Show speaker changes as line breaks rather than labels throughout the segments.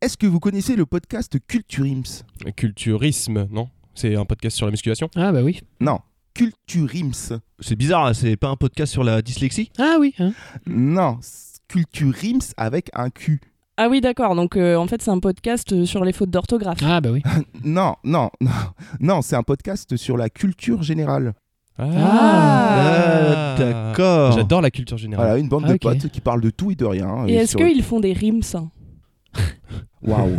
Est-ce que vous connaissez le podcast Culturims
Culturisme, non C'est un podcast sur la musculation
Ah bah oui.
Non. Culturims.
C'est bizarre, hein, c'est pas un podcast sur la dyslexie
Ah oui. hein.
Non. Culturims avec un Q.
Ah oui, d'accord. Donc euh, en fait, c'est un podcast euh, sur les fautes d'orthographe.
Ah bah oui.
Non, non, non. Non, c'est un podcast sur la culture générale.
Ah, d'accord.
J'adore la culture générale.
Voilà, une bande
Ah,
de
ok.
potes qui parlent de tout et de rien.
Et
euh,
est-ce
sur-
qu'ils font des rimes ça
Waouh.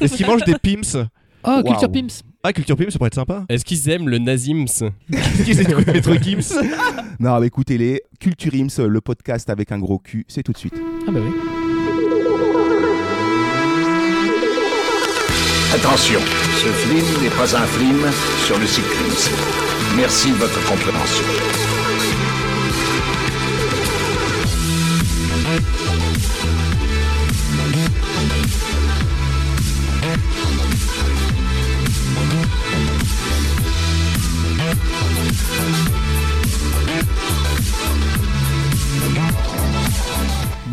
Est-ce qu'ils mangent des pims
Oh, Culture
Waouh.
Pimps.
Ah, culture pims, ça pourrait être sympa.
Est-ce qu'ils aiment le nazims
Est-ce qu'ils aiment les trucs pims
non, mais écoutez-les. Culturims, le podcast avec un gros Q, c'est tout de suite.
Ah bah oui.
Attention, ce film n'est pas un film sur le cyclisme. Merci de votre compréhension.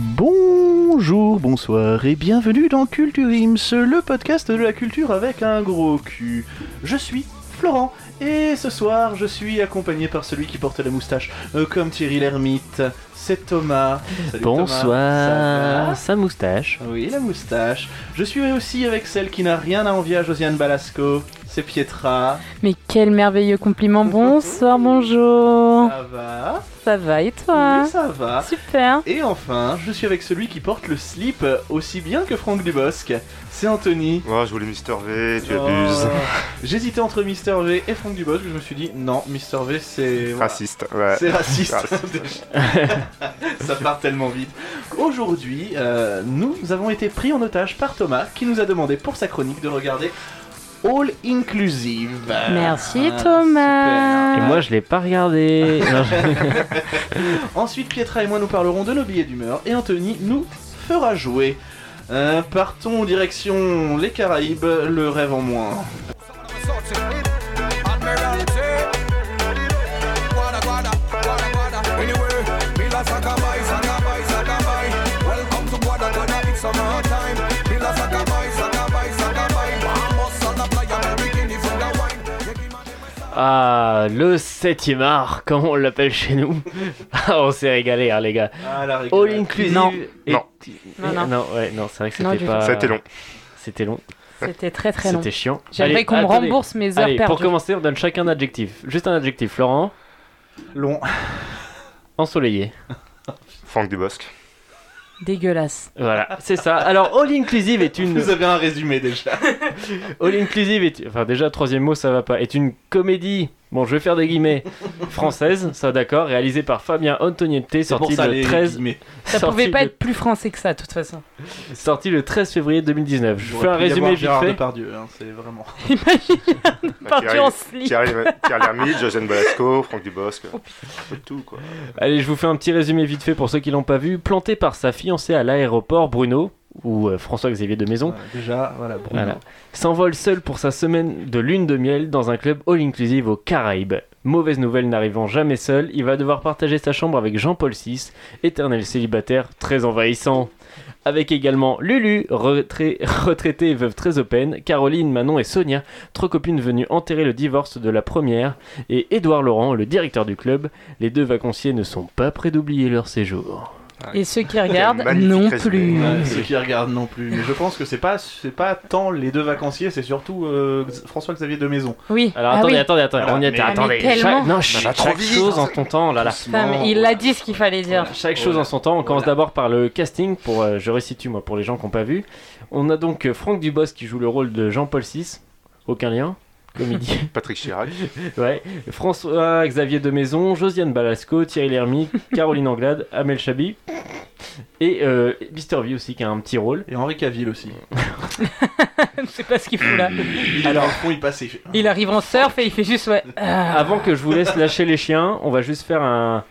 Bonjour, bonsoir et bienvenue dans Culture Ims, le podcast de la culture avec un gros cul. Je suis Florent et ce soir je suis accompagné par celui qui porte la moustache, euh, comme Thierry Lhermitte, c'est Thomas. Salut, Thomas.
Bonsoir,
Ça
sa moustache.
va Oui, la moustache. Je suis aussi avec celle qui n'a rien à envier à Josiane Balasco, c'est Pietra.
Mais quel merveilleux compliment. Bonsoir, bonjour.
Ça va
Ça va et toi
Oui, ça va.
Super.
Et enfin, je suis avec celui qui porte le slip euh, aussi bien que Franck Dubosc, c'est Anthony.
Oh, je voulais Mister V, tu
Oh.
abuses.
J'hésitais entre Mister V et Franck Dubosc, je me suis dit non, Mister V c'est voilà.
Raciste, ouais.
C'est raciste.
Raciste.
Ça part tellement vite. Aujourd'hui, euh, nous avons été pris en otage par Thomas qui nous a demandé pour sa chronique de regarder All Inclusive.
Merci,
Ah,
Thomas.
super.
Et moi, je l'ai pas regardé. Non, je-
Ensuite, Pietra et moi nous parlerons de nos billets d'humeur et Anthony nous fera jouer. Euh, partons en direction les Caraïbes, le rêve en moins.
Ah, le septième art, comme on l'appelle chez nous. Ah, on s'est régalé, hein, les gars.
Ah, la régalade.
Euh,
All inclusive.
Non.
et-
Non.
Non, non. ouais, non, c'est vrai que
Non,
c'était
du
pas.
C'était long.
C'était long.
C'était très très long.
C'était chiant.
J'aimerais
Allez,
qu'on me
attendez.
rembourse mes heures
Allez, pour
perdues.
commencer, on donne chacun un adjectif. Juste un adjectif. Florent,
Long.
ensoleillé.
Franck Dubosc.
Dégueulasse.
Voilà, c'est ça. Alors, all inclusive est une.
Vous avez un résumé déjà.
All Inclusive est... Enfin déjà, troisième mot, ça va pas. Est une comédie, bon je vais faire des guillemets, française, ça d'accord, réalisée par Fabien Antoniette, sorti le 13...
guillemets.
Ça
sorti
pouvait pas
le-
être plus français que ça, de toute façon.
Sorti le 13 février 2019. Je
J'aurais pu y
fais un
avoir
résumé vite
Gérard
fait.
Depardieu, hein, c'est vraiment.
Bah,
Parti en slip.
Thierry Thierry Lhermitte, Josiane Balasco, Franck Dubosc. Un peu de tout, quoi.
Allez, je vous fais un petit résumé vite fait pour ceux qui l'ont pas vu. Planté par sa fiancée à l'aéroport, Bruno, ou euh, François-Xavier de Maison,
Voilà, déjà, voilà, Bruno.
Voilà. S'envole seul pour sa semaine de lune de miel dans un club all-inclusive aux Caraïbes. Mauvaise nouvelle n'arrivant jamais seul, il va devoir partager sa chambre avec Jean-Paul VI, éternel célibataire très envahissant. Avec également Lulu, retrait- retraitée et veuve très open, Caroline, Manon et Sonia, trois copines venues enterrer le divorce de la première, et Édouard Laurent, le directeur du club. Les deux vacanciers ne sont pas près d'oublier leur séjour.
Et ceux qui regardent,
magnifique
non
résumé.
plus.
Ouais, Euh, ceux qui regardent non plus. Mais je pense que c'est pas, c'est pas tant les deux vacanciers, c'est surtout euh, X- François-Xavier de Maison.
Oui.
Alors
Ah
attendez,
oui. Ah,
attendez, attendez,
Alors,
on y était,
mais-
attendez.
Mais tellement.
Chaque- non, chaque-
trop
chaque
vite.
hein.
chose en ton temps, oh là là.
Putain, mais il a dit ce qu'il fallait dire.
Chaque chose en son temps. On commence d'abord par le casting. Pour, euh, je resitue moi pour les gens qui n'ont pas vu. On a donc euh, Franck Dubos qui joue le rôle de Jean-Paul VI. Aucun lien. Comédie.
Patrick Chirac.
ouais. François Xavier de Maison, Josiane Balasco, Thierry Lhermitte, Caroline Anglade, Amel Chabi. Et euh, Mister V aussi qui a un petit rôle.
Et Henri Caville aussi.
Je sais pas ce qu'il fout là.
Il est Alors, au fond, il passe. il fait-
Il arrive en surf et il fait juste ouais. ah.
Avant que je vous laisse lâcher les chiens, on va juste faire un,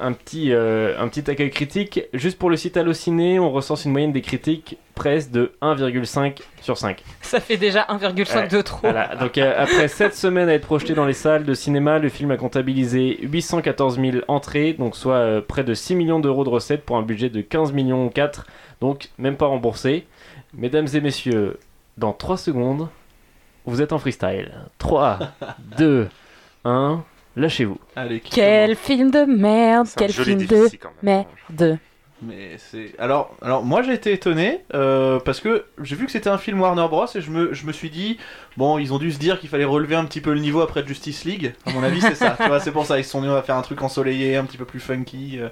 un petit, euh, un petit accueil critique. Juste pour le site Allociné, on recense une moyenne des critiques presse de 1,5 sur 5.
Ça fait déjà 1,5
Ouais.
de trop.
Voilà, donc euh, après 7 semaines à être projeté dans les salles de cinéma, le film a comptabilisé 814 000 entrées, donc soit euh, près de 6 millions d'euros de recettes pour un budget de 15 millions 4, donc même pas remboursé. Mesdames et messieurs, dans 3 secondes, vous êtes en freestyle. 3, 2, 1, lâchez-vous.
Allez, qui
Quel film de merde,
C'est un
quel
joli
film de
déficit, quand même.
merde.
commence Mais c'est. Alors, alors, moi j'ai été étonné euh, parce que j'ai vu que c'était un film Warner Bros. et je me, je me suis dit, bon, ils ont dû se dire qu'il fallait relever un petit peu le niveau après Justice League. À mon avis, c'est ça. Tu vois, c'est pour ça. Ils se sont dit, on va faire un truc ensoleillé, un petit peu plus funky. euh.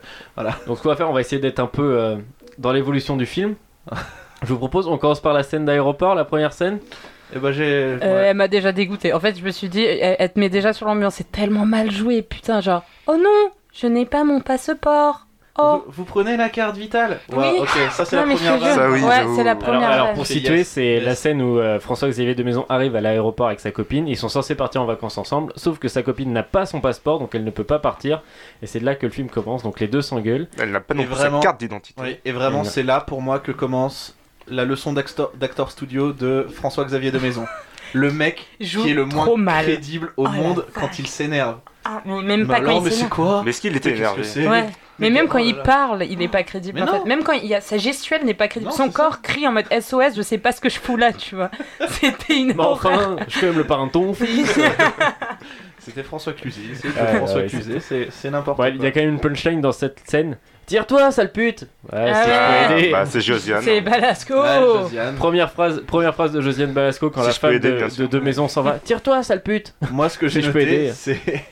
Donc ce qu'on va faire, on va essayer d'être un peu euh, dans l'évolution du film. Je vous propose, on commence par la scène d'aéroport, la première scène.
Et bah, j'ai.
Euh,
ouais.
Elle m'a déjà dégoûté. En fait, je me suis dit, elle, elle te met déjà sur l'ambiance. C'est tellement mal joué, putain. Genre, oh non, je n'ai pas mon passeport. Oh,
Vous, vous prenez la carte vitale
Oui.
Ouais, ok, ça c'est la
non, mais je
première
te jure.
vague.
Ça, oui,
ouais,
j'avoue.
c'est la
Alors-
première
alors,
vague.
pour
C'est
situer,
yes,
c'est
yes.
la scène où euh, François-Xavier de Maison arrive à l'aéroport avec sa copine. Ils sont censés partir en vacances ensemble, sauf que sa copine n'a pas son passeport, donc elle ne peut pas partir. Et c'est de là que le film commence. Donc les deux s'engueulent.
Elle n'a pas non
Et
plus
vraiment-
sa carte d'identité.
Oui, et vraiment,
Et là.
c'est là pour moi que commence la leçon d'actor d'acteur studio de François-Xavier de Maison. Le mec
Joue
qui est le
trop
moins
mal.
crédible au
Oh la
monde
vache.
quand il s'énerve.
Ah, mais même
Mais
pas
alors, mais
quand il
c'est
s'énerve.
quoi
Mais est-ce qu'il était
Mais Oh. qu'est-ce que
énervé
c'est
Ouais. Mais même quand
oh là
il
là.
parle, il est pas crédible.
Mais
en
non.
fait. Même quand il y a sa gestuelle n'est pas crédible.
Non,
Son
c'est
corps crie en mode SOS, je sais pas ce que je fous là, tu vois. C'était une
Bon,
horreur.
enfin, je suis même le parrain de ton fils.
C'était François Cluzet. C'est
Ah
Ouais,
François
ouais,
Cluzet, c'est c'est n'importe
Ouais, il y
quoi.
a quand même une punchline dans cette scène. Tire-toi, sale pute
Ah
Ouais, si je
ouais.
peux
Ah,
aider.
bah, c'est Josiane.
C'est Balasco.
Ouais, Josiane.
Première phrase, première phrase de Josiane Balasco quand
Si
la
je peux
femme
aider,
de,
bien
de
sûr.
Deux Maisons s'en va. Tire-toi, sale pute
Moi, ce que j'ai
Si je peux
noté,
aider.
c'est.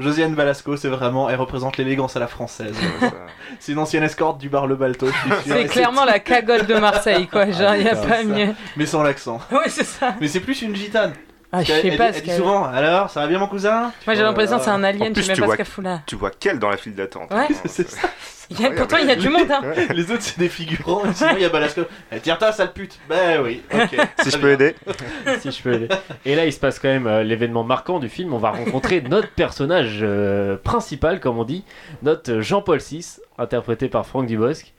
Josiane Balasco, c'est vraiment, elle représente l'élégance à la française.
Ouais, ça-
C'est une ancienne escorte du bar Le Balto, je suis sûr.
c'est
Et
clairement la cagole de Marseille, quoi. Genre, il y a
Ah, c'est
pas
ça.
mieux.
Mais sans l'accent.
Ouais, c'est ça.
Mais c'est plus une gitane.
Ah, je
Elle-
sais
elle,
pas
dit-
ce
elle dit
qu'elle-
souvent, alors, ça va bien mon cousin
Oh
Moi j'ai l'impression que c'est un
Euh,
En
alien, je
plus,
sais même
tu
pas ce
vois-
qu'elle fout là.
Tu vois qu'elle dans la file d'attente.
Ouais.
Vraiment,
C'est
c'est-
Il y a-
Ouais,
pourtant il y a du monde, hein.
Les autres, c'est des figurants, et sinon il y a Balasco. Eh, Tire-toi, sale pute Ben oui, ok.
Si je
Très
peux
bien.
aider.
si je peux aller. Et là, il se passe quand même euh, l'événement marquant du film. On va rencontrer notre personnage euh, principal, comme on dit, notre euh, Jean-Paul VI, interprété par Franck Dubosc,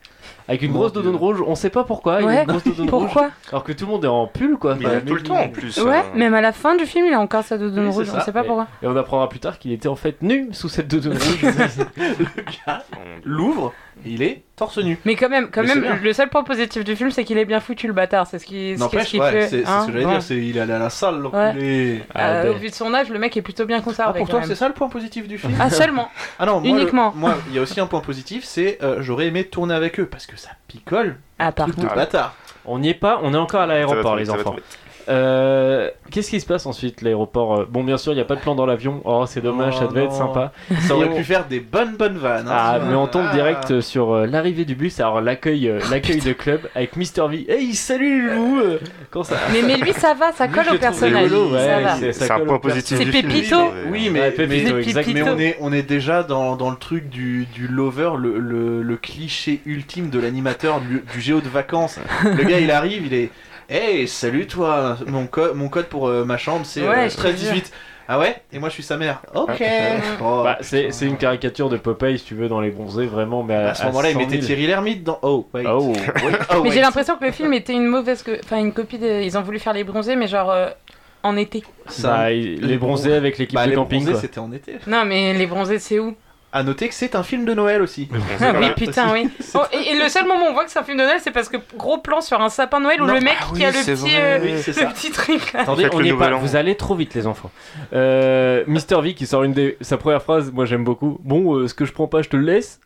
avec une
Mon
grosse
Dieu.
doudoune rouge. On sait pas pourquoi. Il a
Ouais,
une grosse doudoune rouge.
Pourquoi
Alors que tout le monde est en pull, quoi.
Mais il y a
Enfin,
Bah, tout le temps en plus.
Ouais,
euh,
même à la fin du film il a encore sa doudoune
Oui, c'est
rouge, on
ça,
sait pas
mais-
pourquoi.
Et on apprendra plus tard qu'il était en fait nu sous cette doudoune rouge.
on-
L'ouvre, et il est torse nu.
Mais quand même, quand
Mais c'est
même,
bien.
le seul point positif du film c'est qu'il est bien foutu le bâtard, c'est ce qui, ce qui, ce
N'empêche,
qui
ouais,
fait.
c'est c'est
hein,
ce que j'allais
bon.
dire, c'est il est allé à la salle, l'enculé.
Ah,
Euh,
ben.
Au vu de son âge, le mec est plutôt bien
Ah,
conservé.
pour
quand
toi,
même.
c'est ça le point positif du film
Ah seulement.
Ah non, moi, le-
Uniquement.
Moi, il y a aussi un point positif, c'est euh, j'aurais aimé tourner avec eux, parce que ça picole,
Ah par
truc de
contre.
Ah.
bâtard.
on n'y est pas, on est encore à
ça va
l'aéroport,
trop-
les
ça va
enfants.
trop-
Euh, Qu'est-ce qui se passe ensuite, l'aéroport euh, Bon, bien sûr, il n'y a pas de plan dans l'avion. Oh, c'est dommage,
Oh,
ça devait être
non.
sympa.
Ça aurait
Et on-
pu faire des bonnes bonnes vannes. hein,
Ah,
tu vois.
mais on tombe
Ah.
direct euh, sur euh, l'arrivée du bus, alors l'accueil euh, l'accueil de club avec Mister V. Hey, salut Loulou euh, Comment ça
Mais mais lui ça va, ça
Lui,
colle
je
au
le trouve
personnage.
rigolo, ouais,
Ça va.
c'est- ça
C'est un
colle
point
au perso.
positif
C'est
du film.
Pépito.
je dirais.
Oui, mais,
Ouais, Pépito,
mais-
exact.
mais on est, on est déjà dans, dans le truc du, du lover, le, le- le cliché ultime de l'animateur du, du géo de vacances. Le gars, il arrive, il est Hey, salut toi, mon, co- mon code pour euh, ma chambre c'est
Ouais,
euh,
je te
13-18. Ah ouais Et moi, je suis sa mère. Ok Oh,
Bah, c'est c'est une caricature de Popeye, si tu veux, dans les bronzés, vraiment. Mais à,
Bah, À ce moment-là, il
100 000.
mettait Thierry Lhermitte dans. Oh, wait.
Oh.
Oui, oh,
Mais
wait.
j'ai l'impression que le film était une mauvaise, co- enfin une copie. De... Ils ont voulu faire les bronzés, mais genre euh, en été.
Ça-
Bah, il- les bronzés avec l'équipe
bah,
de
les
camping.
bronzés,
quoi.
c'était en été.
Non, mais les bronzés, c'est où
À noter que c'est un film de Noël aussi.
On
Ah
sait
oui,
pas.
putain, oui. Oh, et, et le seul moment où on voit que c'est un film de Noël, c'est parce que gros plan sur un sapin de Noël où
Non.
le mec
Ah
qui a
oui,
le
c'est
petit,
vrai.
euh,
Oui, c'est ça.
le petit truc là.
Attendez,
Faites
on
le
y est
nouvel
pas.
an.
Vous allez trop vite, les enfants. Euh, Mister V qui sort une des... sa première phrase, moi j'aime beaucoup. Bon, euh, ce que je prends pas, je te le laisse.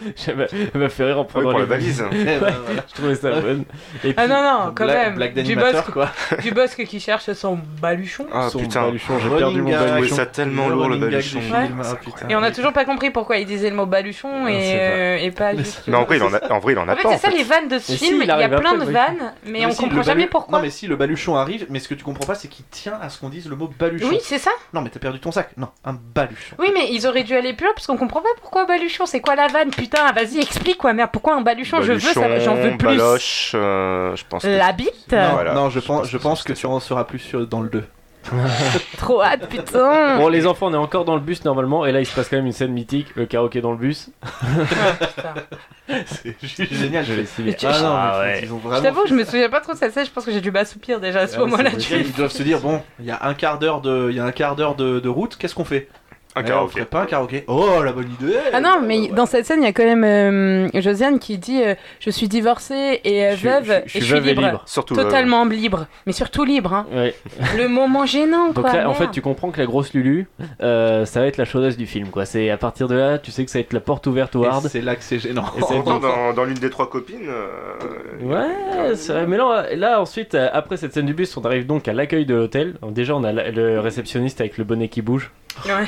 Elle m'a- elle m'a fait rire en
Oui,
prenant
pour
les
la valise.
Eh ben, voilà.
Je trouvais ça bonne. Et
Ah
puis-
non, non, quand
Blague-
même.
Blague
du,
d'animateur,
bosque,
quoi.
du bosque qui cherche son baluchon.
Ah
son
putain,
baluchon, j'ai
Running
perdu mon
gag.
je trouvais
baluchon.
ça tellement
Le
lourd le
running gag
baluchon.
du
Ouais.
film, ah, putain.
Et on a toujours pas compris pourquoi il disait le mot baluchon
Ouais,
et,
c'est vrai.
euh, et pas juste.
Mais en vrai, il en a, en vrai, il en a
En fait,
pas.
c'est
En
ça
fait.
les vannes de ce
Mais si,
film.
il
il y a
arrive
plein
après,
de
oui.
vannes, mais on
si,
comprend
le
jamais
balu-
pourquoi.
Non, mais si, le baluchon arrive, mais ce que tu comprends pas, c'est qu'il tient à ce qu'on dise le mot baluchon.
Oui, c'est ça.
Non, mais t'as perdu ton sac. Non, un baluchon.
Oui, mais ils auraient dû aller plus loin parce qu'on comprend pas pourquoi baluchon. C'est quoi la vanne Putain, vas-y, explique quoi, merde. Pourquoi un baluchon, Je veux, ça- j'en veux
Baluchon,
plus.
Baloche, euh, je pense. que-
La bite
Non,
Voilà.
Ah,
non, je pense,
pense
je
que
pense
c'est
que tu en seras plus sur- dans le 2.
Trop hâte, putain.
Bon, les enfants, on est encore dans le bus normalement, et là il se passe quand même une scène mythique, le karaoké dans le bus.
Putain.
C'est juste génial.
Je l'ai signé.
tu-
Ah non,
Ah
mais
ouais.
ils ont
Je
vraiment.
t'avoue, je me souviens pas trop de cette scène. Je pense que j'ai dû m'assoupir déjà à ce
Ah, mais
moment-là.
c'est
du
Ils doivent se dire bon, il y a un quart d'heure de, il y a un quart d'heure de, de route. Qu'est-ce qu'on fait
Un
Eh, On
karaoké.
ferait pas un karaoké. Oh la bonne idée.
Ah non, mais dans cette scène, il y a quand même euh, Josiane qui dit euh, Je suis divorcée et euh,
Je suis-
veuve
je suis- je
et
suis veuve et
libre.
libre.
Surtout. euh,
Totalement libre, mais surtout libre. Hein.
Ouais.
Le moment gênant,
Donc
quoi.
là, en fait,
merde.
tu comprends que la grosse Lulu, euh, ça va être la chaudeuse du film, quoi. C'est à partir de là, tu sais que ça va être la porte ouverte au
Et
hard.
C'est là que c'est gênant.
euh,
Et c'est-
Pourtant, dans, dans l'une des trois copines. euh,
Ouais, c'est vrai. Mais là, là, ensuite, euh, après cette scène du bus, on arrive donc à l'accueil de l'hôtel. Alors, Déjà, on a la- le réceptionniste avec le bonnet qui bouge.
Ouais.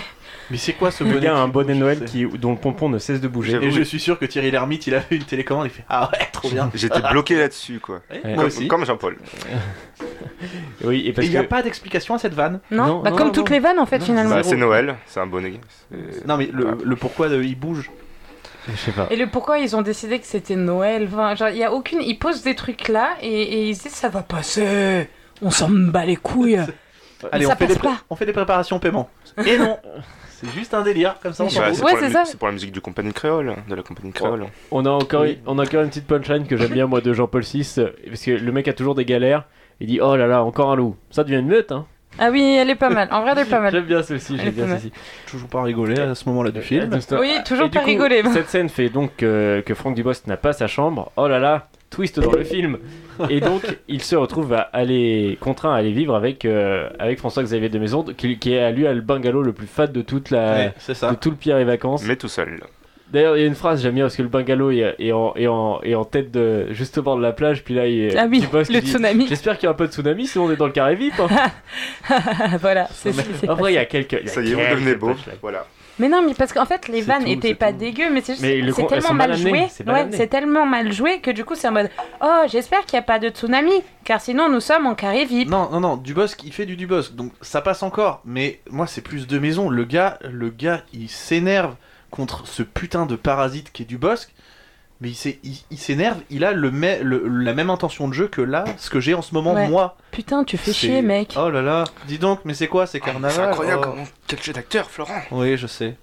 Mais c'est quoi ce
Le
bonnet
gars a un
qui
bonnet
bouge,
Noël
c'est-
qui, dont le pompon ne cesse de bouger.
J'avoue.
Et je suis sûr que Thierry Lhermitte, il a fait une télécommande, il fait Ah ouais, trop bien.
J'étais bloqué là-dessus, quoi.
Eh,
Ouais.
Moi
Comme-
aussi.
Comme Jean-Paul.
Oui, et
Et
parce
il n'y a
que.
pas d'explication à cette vanne.
Non,
Non,
bah,
non,
comme
non.
toutes les vannes, en fait,
Non,
finalement.
Bah, c'est Noël, c'est un bonnet. C'est-
Non, mais le,
Ah.
le pourquoi de, il bouge.
Je sais pas.
Et le pourquoi ils ont décidé que c'était Noël enfin, genre, il y a aucune. Ils posent des trucs là et, et ils se disent Ça va passer. On s'en bat les couilles.
Allez,
ça
on fait, des
passe
pré-
pas.
on fait des préparations au paiement. Et non C'est juste un délire, comme ça on
Mais
s'en
Bah,
fout.
j'avoue.
c'est pour
Ouais,
la
c'est
mu-
ça.
c'est pour la musique du compagnie créole, de la compagnie créole.
On a encore,
Oui.
on a encore une petite punchline que j'aime bien, moi, de Jean-Paul VI. euh, Parce que le mec a toujours des galères. Il dit Oh là là, encore un loup. Ça devient une meute, hein.
Ah oui, elle est pas mal. En vrai, elle est pas mal.
J'aime bien ceci,
Elle est
j'aime bien
pas mal.
ceci.
Toujours pas rigolé à ce moment-là du
Euh,
film.
Adam Stone-
Oui, toujours
Et du
pas
coup,
rigolé.
Cette scène fait donc euh, que Franck Dubos n'a pas sa chambre. Oh là là, twist dans le film. Et donc, il se retrouve à aller contraint à aller vivre avec euh, avec François-Xavier de Maison, qui, qui est à lui à le bungalow le plus fade de toute la.
Ouais, c'est
De
ça.
tout le pire et vacances.
Mais tout seul.
D'ailleurs, il y a une phrase, j'aime bien parce que le bungalow est, est en, est, en, est en tête de, juste au bord de la plage. Puis là, il
Ah oui,
Dubosc
le
dit,
tsunami.
J'espère qu'il n'y aura pas de tsunami, sinon on est dans le carré VIP. hein.
Ah, voilà, c'est ce qui s'est
Après, il y a
passé.
quelques. il y a
Ça y est, vous
quelques
devenez beau.
punchlines.
Voilà.
Mais non, mais parce qu'en fait, les
C'est
vannes
tout,
étaient
c'est
pas
tout.
dégueu, mais c'est juste.
Mais le con-
C'est
elles
tellement
sont mal
mal
amenées,
joué.
c'est mal
Ouais,
amené.
c'est tellement mal joué que du coup, c'est en mode Oh, j'espère qu'il n'y a pas de tsunami, car sinon, nous sommes en carré VIP.
Non, non, non, Dubosc, il fait du Dubosc, donc ça passe encore, mais moi c'est plus de maison. Le gars, le gars, il s'énerve contre ce putain de parasite qui est Dubosc, mais il s'est- il il s'énerve, il, a le, mai- le- la même intention de jeu que là, ce que j'ai en ce moment,
Ouais.
moi.
Putain, tu fais
C'est-
chier, mec.
Oh là là, dis donc, mais c'est quoi, c'est carnaval
Ah, C'est incroyable
oh.
comment. Quel jeu d'acteur, Florent
Oui, je sais.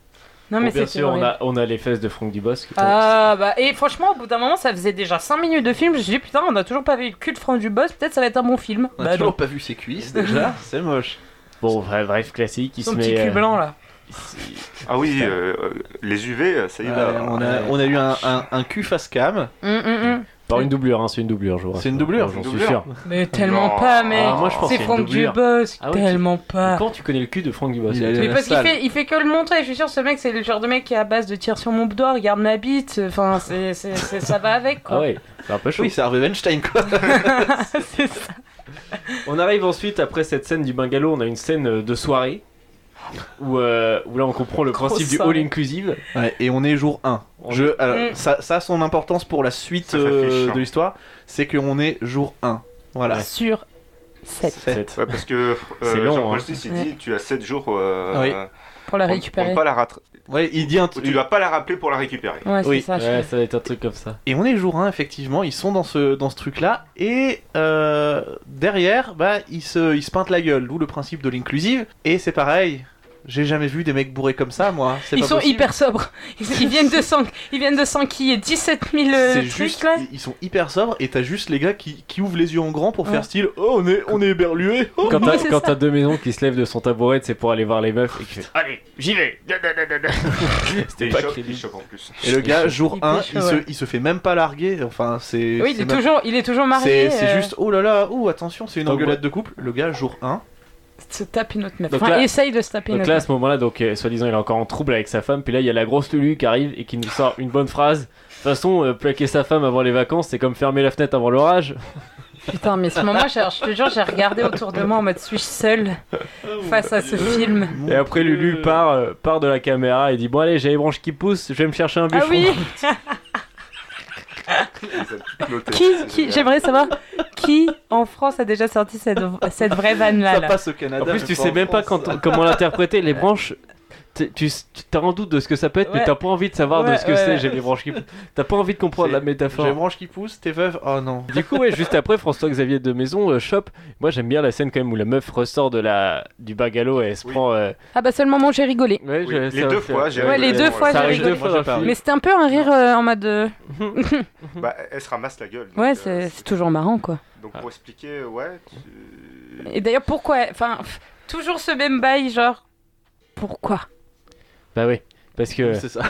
Non,
Bon,
mais
bien
c'est
sûr, on a, on a les fesses de Franck Dubosc.
Ah bah et franchement au bout d'un moment ça faisait déjà 5 minutes de film, je me suis dit putain on a toujours pas vu le cul de Franck Dubos, peut-être ça va être un bon film.
On a toujours Ah, pas vu ses cuisses déjà, c'est moche.
Bon, bref, bref, classique, il
Son
se
petit
met.
cul
euh,
blanc là.
il se-
Ah oui, euh, euh, les UV, ça y est.
Ouais,
là.
bah, on, a, on a eu un, un- un cul face cam.
Hum, hum, hum.
Par une doublure, hein, c'est une doublure, je vous
C'est une
rassure.
doublure,
J'en
une
suis sûr.
doublure.
Mais tellement
Non.
pas mec.
Ah, moi, je pense
c'est
qu'il y a une
Franck
doublure.
Dubos,
Ah ouais,
tellement pas.
Quand tu connais le cul de Franck Dubosc hein,
Il a-
Mais
la
parce qu'il
salle.
fait, il fait que le montrer, je suis sûr ce mec c'est le genre de mec qui est à base de tir sur mon boudoir, regarde ma bite, enfin c'est, c'est, c'est- ça va avec quoi.
Ah ouais, c'est un peu chaud.
Oui, c'est Harvey Weinstein quoi.
c'est ça.
On arrive ensuite, après cette scène du bungalow, on a une scène euh, de soirée. Où, euh, où là on comprend le
Grosse
principe du
soirée.
all inclusive.
Ouais, et on est jour 1.
On
Je, alors,
Mm.
ça, ça a son importance pour la suite
Ça
euh,
s'affiche, hein.
de l'histoire, c'est qu'on est jour 1. Voilà.
Sur 7
C'est-
Cette-
Ouais, parce que euh,
C'est long,
Jean-Paul
hein.
VI, il
Ouais.
dit tu as 7 jours euh,
Oui.
euh,
pour la
pour-
récupérer.
pour pas la rattra-
Ouais, il dit un
tu dois pas la rappeler pour la récupérer.
Ouais, Ah, c'est
Oui.
ça. je
Ouais, ça va être un truc comme ça.
Et on est jour 1, effectivement, ils sont dans ce, dans ce truc-là, et euh, derrière, bah, ils se, ils se peintent la gueule, d'où le principe de l'inclusive, et c'est pareil. J'ai jamais vu des mecs bourrés comme ça, moi. C'est
Ils
pas
sont
possible.
hyper sobres. Ils, ils viennent de s'en- ils viennent de s'enquiller 17 000 euh,
C'est
trucs
juste,
là.
ils- ils sont hyper sobres, et t'as juste les gars qui, qui ouvrent les yeux en grand pour
Ouais.
faire style Oh, on est, on est berlué oh.
Quand
Ouais,
t'as
c'est
quand
ça.
t'as deux maisons qui se lèvent de son tabouret, c'est pour aller voir les meufs. Et qui fait,
Allez, j'y vais C'était
pas
il chope,
crédible.
il chope en plus.
Et le gars, jour
Il
1,
pêche,
il, se,
ouais.
il se fait même pas larguer, enfin, c'est.
Oui, il
c'est
est, toujours, il est toujours marié.
C'est c'est
euh,
juste, oh là là, oh attention, c'est une
Donc,
engueulade de couple. Le gars, jour 1.
Se tape une autre meuf.
Donc
Enfin,
là-
essaye de se taper une
Donc
autre
là, à
meuf.
ce moment-là, donc euh, soi-disant, il est encore en trouble avec sa femme. Puis là, il y a la grosse Lulu qui arrive et qui nous sort une bonne phrase. De toute façon, euh, plaquer sa femme avant les vacances, c'est comme fermer la fenêtre avant l'orage.
Putain, mais ce moment, j'ai- je te jure, j'ai regardé autour de moi en mode suis-je seule face à ce film
Et après, Lulu part, euh, part de la caméra et dit Bon, allez, j'ai les branches qui poussent, je vais me chercher un
Ah
bûcheron.
oui
Noté,
qui,
c'est
qui,
génial.
J'aimerais savoir qui en France a déjà sorti cette, cette vraie vanne là.
Ça
là.
passe au
En
Canada.
plus,
mais
tu sais
en
même pas
France.
quand- comment l'interpréter. Les branches, t'es- tu s- tu- t'as un doute de ce que ça peut être, mais
Ouais.
t'as pas envie de savoir de
Ouais,
ce que
ouais.
c'est. J'ai les branches qui. T'as pas envie de comprendre
C'est-
la
J'ai une
métaphore.
branche qui pousse, t'es veuve, oh non.
Du coup, ouais, juste après, François-Xavier de Maison euh, chope. Moi, j'aime bien la scène quand même où la meuf ressort de la du bagalo et elle se
Oui.
prend. euh,
Ah bah seulement moment j'ai rigolé.
ouais,
Oui,
je-
les
ça-
deux
ça-
fois, j'ai
Ouais, les
rigolé,
deux
moi,
fois,
j'ai
Ça arrive
rigolé.
deux fois dans le
Moi, j'ai
film.
Mais c'était un peu un rire euh, en mode. euh,
pas- Bah, elle se ramasse la gueule. donc,
Ouais,
euh,
c'est c'est toujours marrant quoi.
Donc pour expliquer, ouais. tu-
Et d'ailleurs, pourquoi Enfin, pff, toujours ce même bail, genre. Pourquoi
Bah oui, parce que.
C'est ça.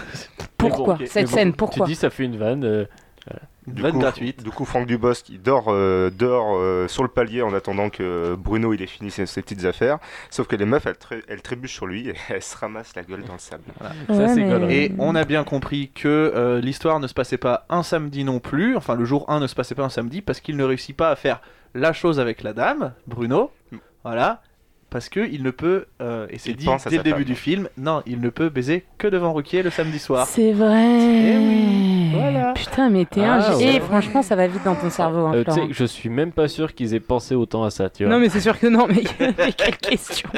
Pourquoi
ok.
cette
Mais bon,
scène
Tu
Pourquoi
dis, ça fait une vanne. euh,
Du
Vanne
coup,
gratuite.
Du coup, Franck Dubosc qui dort euh, dehors euh, sur le palier en attendant que euh, Bruno il ait fini ses, ses petites affaires. Sauf que les meufs, elles, tré- elles trébuchent sur lui et elles se ramassent la gueule dans le sable.
Ça,
Ouais,
c'est
mais-
gaulerie.
Et on a bien compris que euh, l'histoire ne se passait pas un samedi non plus, enfin le jour 1 ne se passait pas un samedi parce qu'il ne réussit pas à faire la chose avec la dame, Bruno, voilà, parce qu'il ne peut, euh, et
Mm.
c'est
Il
dit
pense à
dès
sa
le début
femme.
du film, non, il ne peut baiser que devant Ruquier le samedi soir.
C'est vrai.
Eh oui, voilà.
Putain, mais t'es
Ah,
un.
ouais.
Et franchement, ça va vite dans ton cerveau, hein,
Euh, tu
Florent.
sais, je suis même pas sûr qu'ils aient pensé autant à ça, tu vois.
Non, mais c'est sûr que non. Mais, mais quelle question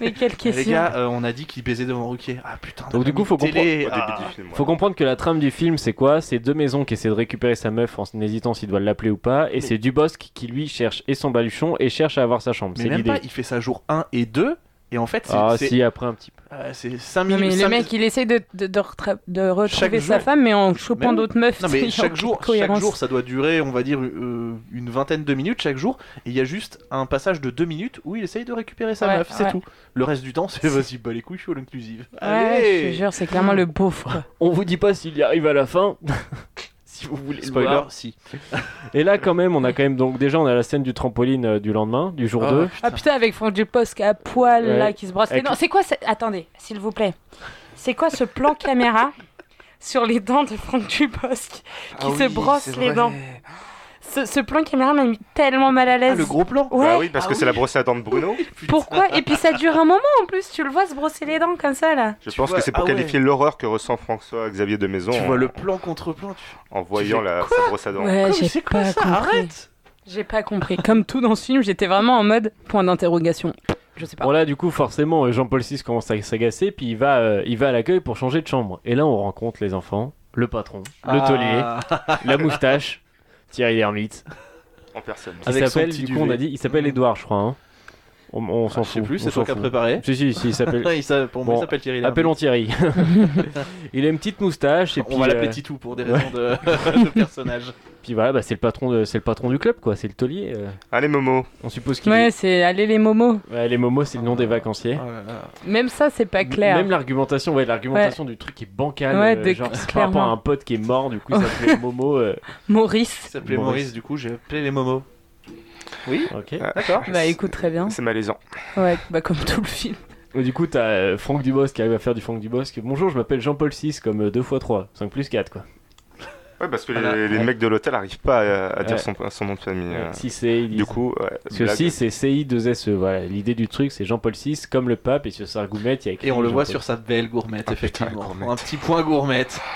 Mais quelle
Et
question
les gars, euh, on a dit qu'il baisait devant Ruquier. Ah putain, on a
Donc, du
pas
coup,
mis
faut
de télé.
Au
Ah.
début du film. ouais.
Faut comprendre que la trame du film, c'est quoi C'est deux maisons qui essaient de récupérer sa meuf en hésitant s'il doit l'appeler ou pas, et c'est Dubosc qui lui cherche et son baluchon et cherche à avoir sa chambre.
Mais
C'est
même pas,
l'idée.
il fait ça jour 1 et 2, et en fait, c'est
Ah
c'est-
si, après un petit peu.
euh, c'est 5
Non,
minutes.
mais le
cinq-
mec, il essaye de, de, de retra- de
Chaque
retrouver sa
jour.
femme, mais en chopant
Mais-
d'autres meufs.
Non
Il y
mais
a
chaque
aucune
jour, chaque
cohérence.
jour, ça doit durer, on va dire euh, une vingtaine de minutes chaque jour. Et il y a juste un passage de deux minutes où il essaye de récupérer sa
Ouais,
meuf, c'est
ouais.
tout. Le reste du temps, c'est vas-y, bah les couilles, je suis all inclusive.
Ouais, je te
Allez,
jure, c'est clairement le beauf. quoi.
On vous dit pas s'il y arrive à la fin. si vous voulez le
spoiler,
voir.
si.
Et là quand même, on a quand même donc déjà on a la scène du trampoline euh, du lendemain, du jour
Ah,
2.
Ah putain, avec Franck Duposc à poil
Ouais.
là qui se brosse. les
Avec-
dents. C'est quoi ce- Attendez, s'il vous plaît. C'est quoi ce plan caméra sur les dents de Franck Duposc qui
Ah
se brosse les dents ce, ce plan caméra m'a mis tellement mal à
Ah,
l'aise.
le gros plan.
Ouais.
Bah oui, parce que c'est la brosse à dents de Bruno.
Pourquoi Et puis ça dure un moment en plus, tu le vois se brosser les dents comme ça là.
Je
Tu
pense
vois-
que c'est pour
ah ouais.
qualifier l'horreur que ressent François Xavier de Maison
Tu
en,
vois le plan contre plan. Tu...
en voyant
fais
la, sa brosse à dents.
Ouais,
Comme
Ah, j'ai
c'est quoi
pas
ça
compris.
Arrête.
J'ai pas compris. Comme tout dans ce film, j'étais vraiment en mode point d'interrogation. Je sais pas.
Bon là du coup forcément euh, Jean-Paul VI commence à s'agacer puis il va euh, il va à l'accueil pour changer de chambre et là on rencontre les enfants, le patron, le taulier,
Ah.
la moustache, Thierry Lhermitte.
En personne.
qui
Avec son
s'appelle
petit
du coup on
duvet.
a dit il s'appelle
Mhm.
Edouard je crois hein. On, on s'en
Ah,
fout.
Je sais plus,
on
c'est
s'en
toi qui as
fout.
préparé.
Si si si il s'appelle
Il s'appelle- pour moi,
Bon,
il s'appelle Thierry. Lhermitte.
Appelons Thierry. il a une petite moustache et puis
On va
euh,
l'appeler Titou pour des raisons de, de personnage.
puis voilà, bah, c'est le patron de c'est le patron du club quoi, c'est le taulier. euh.
Allez, Momo.
On suppose qu'il
Ouais, c'est aller les momos.
est- ouais, les momos c'est le nom des vacanciers.
Oh là là.
Même ça, c'est pas clair.
Même l'argumentation, ouais, l'argumentation du truc est bancale,
Ouais,
euh,
de-
genre c'est par
clairement.
rapport à un pote qui est mort, du coup il s'appelait Momo. euh,
Il
Maurice.
s'appelait
Maurice.
Maurice, du coup, j'ai appelé les Momo. Oui,
ok.
d'accord.
Bah écoute, très bien.
C'est malaisant.
Ouais, bah comme tout le film.
Et du coup t'as euh, Franck Dubosc qui arrive à faire du Franck Dubosc. Bonjour, je m'appelle Jean-Paul VI comme euh, 2 x 3, 5 plus 4 quoi.
Ouais, parce que les,
Voilà.
les mecs de l'hôtel arrivent pas à, à dire
Ouais.
son, son nom de famille. euh.
6C,
Du coup, ouais,
Parce que
blague.
6 c'est CI2SE, E, voilà. L'idée du truc c'est Jean-Paul VI comme le pape et sur sa gourmette il y a écrit.
Et on le voit
Jean-Paul.
sur sa belle gourmette,
Ah, putain,
effectivement.
gourmette.
Un petit point gourmette.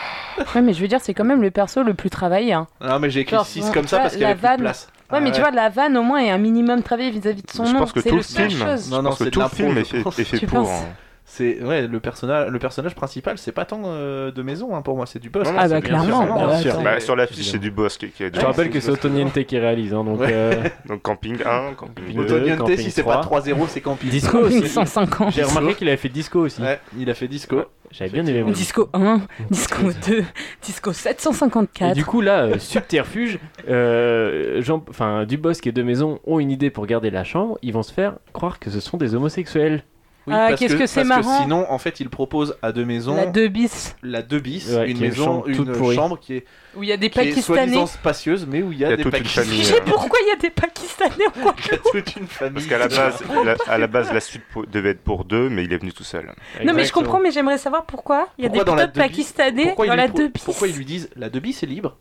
Ouais, mais je veux dire, c'est quand même le perso le plus travaillé. hein.
Non, mais j'ai écrit
Genre,
6 comme ça
la-
parce qu'il y avait
la
plus de
vanne.
place. Ah
Ouais, mais tu vois, la vanne au moins est un minimum travaillée vis-à-vis de son
Je
nom.
pense que
c'est
tout
le
le
seul
film-
chose.
Non,
Je
non,
pense
c'est
que
de
tout le
l'impro,
film
je
est fait,
pense.
est fait
Tu
pour.
penses
hein.
C'est ouais, le personnage, le personnage principal, c'est pas tant euh, de maison hein, pour moi, c'est du boss.
Non, non,
Ah
c'est
bah
bien
clairement,
sûr,
bah
bien sûr.
attends.
Bah, sur l'affiche, c'est du boss qui, qui est
Je te rappelle que c'est
c'est
Otoniente qui réalise, hein, donc.
Ouais.
euh,
Donc camping 1, camping
Deux,
2.
Otoniente,
Camping
si c'est
trois.
pas 3-0, c'est Camping.
Disco aussi.
150.
J'ai remarqué qu'il avait fait disco aussi.
Ouais, il a fait disco.
J'avais bien aimé. moi.
Disco 1, Disco 2, Disco
Et
754.
du coup, là, euh, subterfuge, euh, Jean, enfin, Dubosc et De Maison ont une idée pour garder la chambre. Ils vont se faire croire que ce sont des homosexuels.
Oui,
Ah,
parce
qu'est-ce que c'est
parce
marrant.
Sinon, en fait, il propose à deux maisons
La 2 bis,
la deux bis,
Ouais,
une
qui est une
maison,
chambre toute
une
pourrie.
chambre qui est,
où il y a des
qui est
Pakistanais.
soi-disant euh. spacieuse, mais où il y a,
Il y a
des
toute une
Pakistanais.
Je
famille. euh.
sais pourquoi il y a des Pakistanais en Guadeloupe.
Il y a toute une famille.
Parce qu'à la base, la, à la base, la suite pour- devait être pour deux, mais il est venu tout seul.
Non, mais je
Exactement.
comprends, mais j'aimerais savoir pourquoi il y a
Pourquoi
des
dans la
pilotes
deux bis
Pakistanais
pourquoi,
dans
ils
la
lui, pro-
2 bis.
pourquoi ils lui disent la 2 bis est libre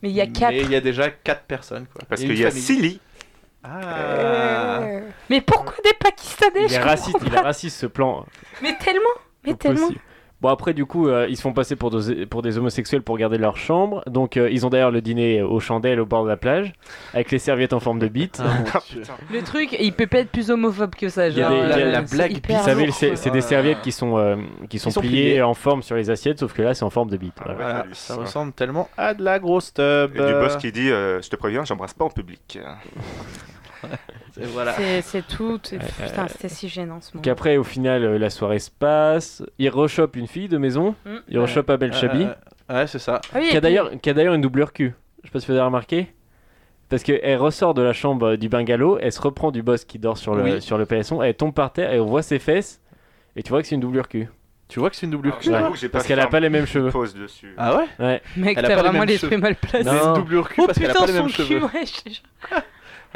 Mais il y a 4.
Mais il y a déjà 4 personnes quoi.
Parce
Et une
qu'il y a
famille.
six lits.
Ah.
Euh.
Mais pourquoi des Pakistanais
Il
je
est raciste,
comprends
il est
pas.
raciste ce plan.
Mais tellement Mais
Impossible.
tellement
Bon, après, du coup, euh, ils se font passer pour des, pour des homosexuels pour garder leur chambre. Donc, euh, ils ont d'ailleurs le dîner aux chandelles au bord de la plage, avec les serviettes en forme de bite.
Ah, mon
Ah,
Dieu.
putain.
Le truc, il peut pas être plus homophobe que ça.
Il y a
genre,
des- il y a
euh,
la
c'est
blague
hyper
Vous savez,
lourd,
c'est
quoi.
c'est des serviettes qui sont, euh, qui sont,
sont
pliées,
pliées.
en forme sur les assiettes, sauf que là, c'est en forme de bite.
Ah ouais.
Voilà,
Phallus,
ça
ouais.
ressemble tellement à de la grosse tub.
Et du boss qui dit euh, Je te préviens, j'embrasse pas en public.
Et Voilà.
C'est- C'est tout. c'est- Putain, c'était si gênant ce
Donc
moment.
après, au final, euh, la soirée se passe. Ils rechoppent une fille de maison.
Mm.
Ils rechoppent Abel Chabi,
Euh, euh, ouais, c'est ça.
Ah oui,
qui
et
a
puis-
d'ailleurs qui a d'ailleurs une doubleur cul. Je sais pas si vous avez remarqué. Parce qu'elle ressort de la chambre euh, du bungalow, elle se reprend du boss qui dort sur le,
Oui.
sur le paillasson, elle tombe par terre et on voit ses fesses. Et tu vois que c'est une doublure cul.
Tu vois que c'est une doublure cul
Ouais.
là
J'avoue que j'ai
Parce
pas
qu'elle a
fermé
pas les mêmes cheveux.
une pause dessus.
Ah ouais
Ouais.
Mec,
Elle a pas
t'as
les
vraiment
mêmes
les cheveux
cheveux.
mal placés.
C'est une
Non.
doublure cul
Oh
parce qu'elle a pas
putain,
les mêmes
son
cheveux.
cul, wesh.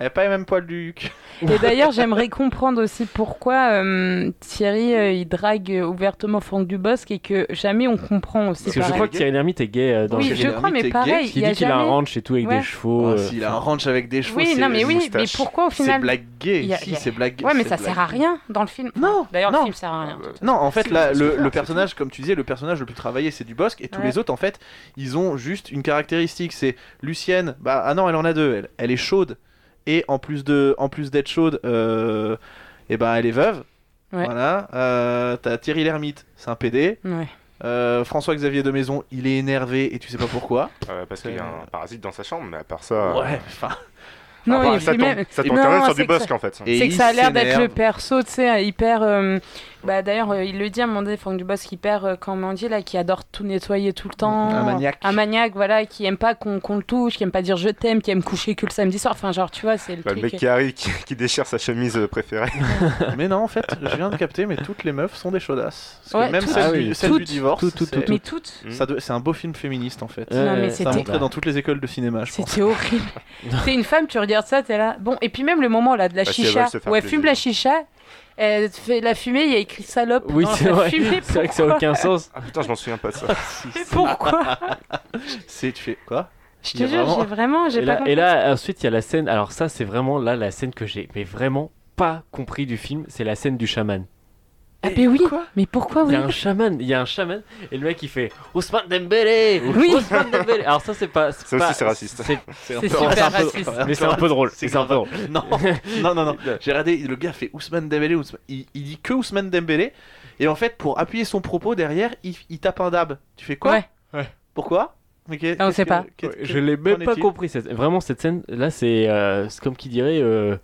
Elle a pas les mêmes poils du cul.
Et d'ailleurs, j'aimerais comprendre aussi pourquoi euh, Thierry euh, il drague ouvertement Franck Dubosc et que jamais on comprend aussi.
Parce que je
pareil.
crois que Thierry Lhermitte est gay euh, dans
oui,
le
Thierry
je crois,
Lhermitte
mais
est
pareil,
gay,
il
Il
y a
dit qu'il a un
jamais-
ranch et tout avec
Ouais.
des chevaux.
Ah,
euh,
S'il a un ranch avec des cheveux,
Oui,
c'est
non, mais
une
oui, mais
moustache.
pourquoi au
C'est
final.
blagué.
y a- y
Si,
a-
c'est blagué.
Ouais, mais
c'est
ça sert
blagué.
à rien dans le film.
Non,
D'ailleurs, le
non.
film sert à rien.
Non, en fait,
C'est
là,
juste
le,
faire,
le
c'est
personnage, comme tu disais, le personnage le plus travaillé, c'est Dubosc, et tous
Ouais.
les autres, en fait, ils ont juste une caractéristique. C'est Lucienne, bah, ah non, elle en a deux, elle, elle est chaude, et en plus de, en plus d'être chaude, euh, et ben elle est veuve.
Ouais.
Voilà, euh, t'as Thierry Lhermitte, c'est un PD.
Ouais.
Euh, François-Xavier de Maison, il est énervé et tu sais pas pourquoi.
Euh, parce qu'il y a un parasite dans sa chambre, mais à part ça.
Ah.
euh,
ouais, enfin.
Non,
enfin,
et
ça
puis
tombe,
même-
ça tombe
Non,
quand même sur
c'est
du
que ça-
bosque en fait. ça.
Et
C'est que
il
ça a l'air d'être le
s'énerve.
perso, tu sais, hyper. euh, bah d'ailleurs, euh, il le dit à un moment donné, Franck Dubosc, hyper, euh, comment on dit là, qui adore tout nettoyer tout le temps.
Un maniaque.
Un maniaque, voilà, qui aime pas qu'on qu'on le touche, qui aime pas dire je t'aime, qui aime coucher que le samedi soir. Enfin, genre, tu vois, c'est le
Bah, le
truc. euh,
mec qui arrive, qui, qui déchire sa chemise euh, préférée.
Mais non, en fait, je viens de capter, mais toutes les meufs sont des chaudasses. Parce que
Ouais,
même
toutes.
celle,
Ah
du,
oui.
celle du
Toutes.
divorce,
Toutes, toutes,
c'est-
Mais toutes.
ça doit- c'est un beau film féministe en fait.
euh,
Non, mais
ça
Ça a
c'était-
montré dans toutes les écoles de
Ah,
cinéma, je pense.
C'était horrible. T'es une femme, tu regardes ça, t'es là. Bon, et puis même le moment là de la
Bah, si elles
chicha,
veulent se faire
où elle fume
plaisir.
la chicha, elle fait la fumée, il y a écrit salope.
Oui,
dans
c'est
la
vrai.
fumée,
C'est vrai que ça n'a
pourquoi
aucun sens.
Ah putain, je m'en souviens pas de ça.
Mais Pourquoi
C'est tu fais quoi
Je
Il y
te
a
jure,
vraiment-
j'ai vraiment, j'ai
Et
pas
là,
compris.
et là, ensuite, il y a la scène. Alors, ça, c'est vraiment là la scène que j'ai, mais vraiment pas compris du film. C'est la scène du chaman.
ah, mais oui, mais pourquoi
Il y
oui
a un chaman, il y a un chaman, et le mec il fait Ousmane Dembélé
Oui.
Ousmane Dembélé Alors, ça, c'est pas.
Ça aussi,
pas-
c'est raciste.
c'est-
C'est super raciste.
Mais c'est un peu drôle. C'est un peu drôle.
Non, non, non, non. J'ai regardé, le gars fait Ousmane Dembélé, Ousmane- Il, il dit que Ousmane Dembélé, et en fait, pour appuyer son propos derrière, il, il tape un dab. Tu fais quoi
Ouais.
Pourquoi Mais qu'est-
Ah, on
qu'est-ce
sait
que-
pas.
qu'est-ce que-
Je l'ai même
qu'en
pas
est-il
compris. cette- Vraiment, cette scène là, c'est euh, c'est comme qui dirait euh,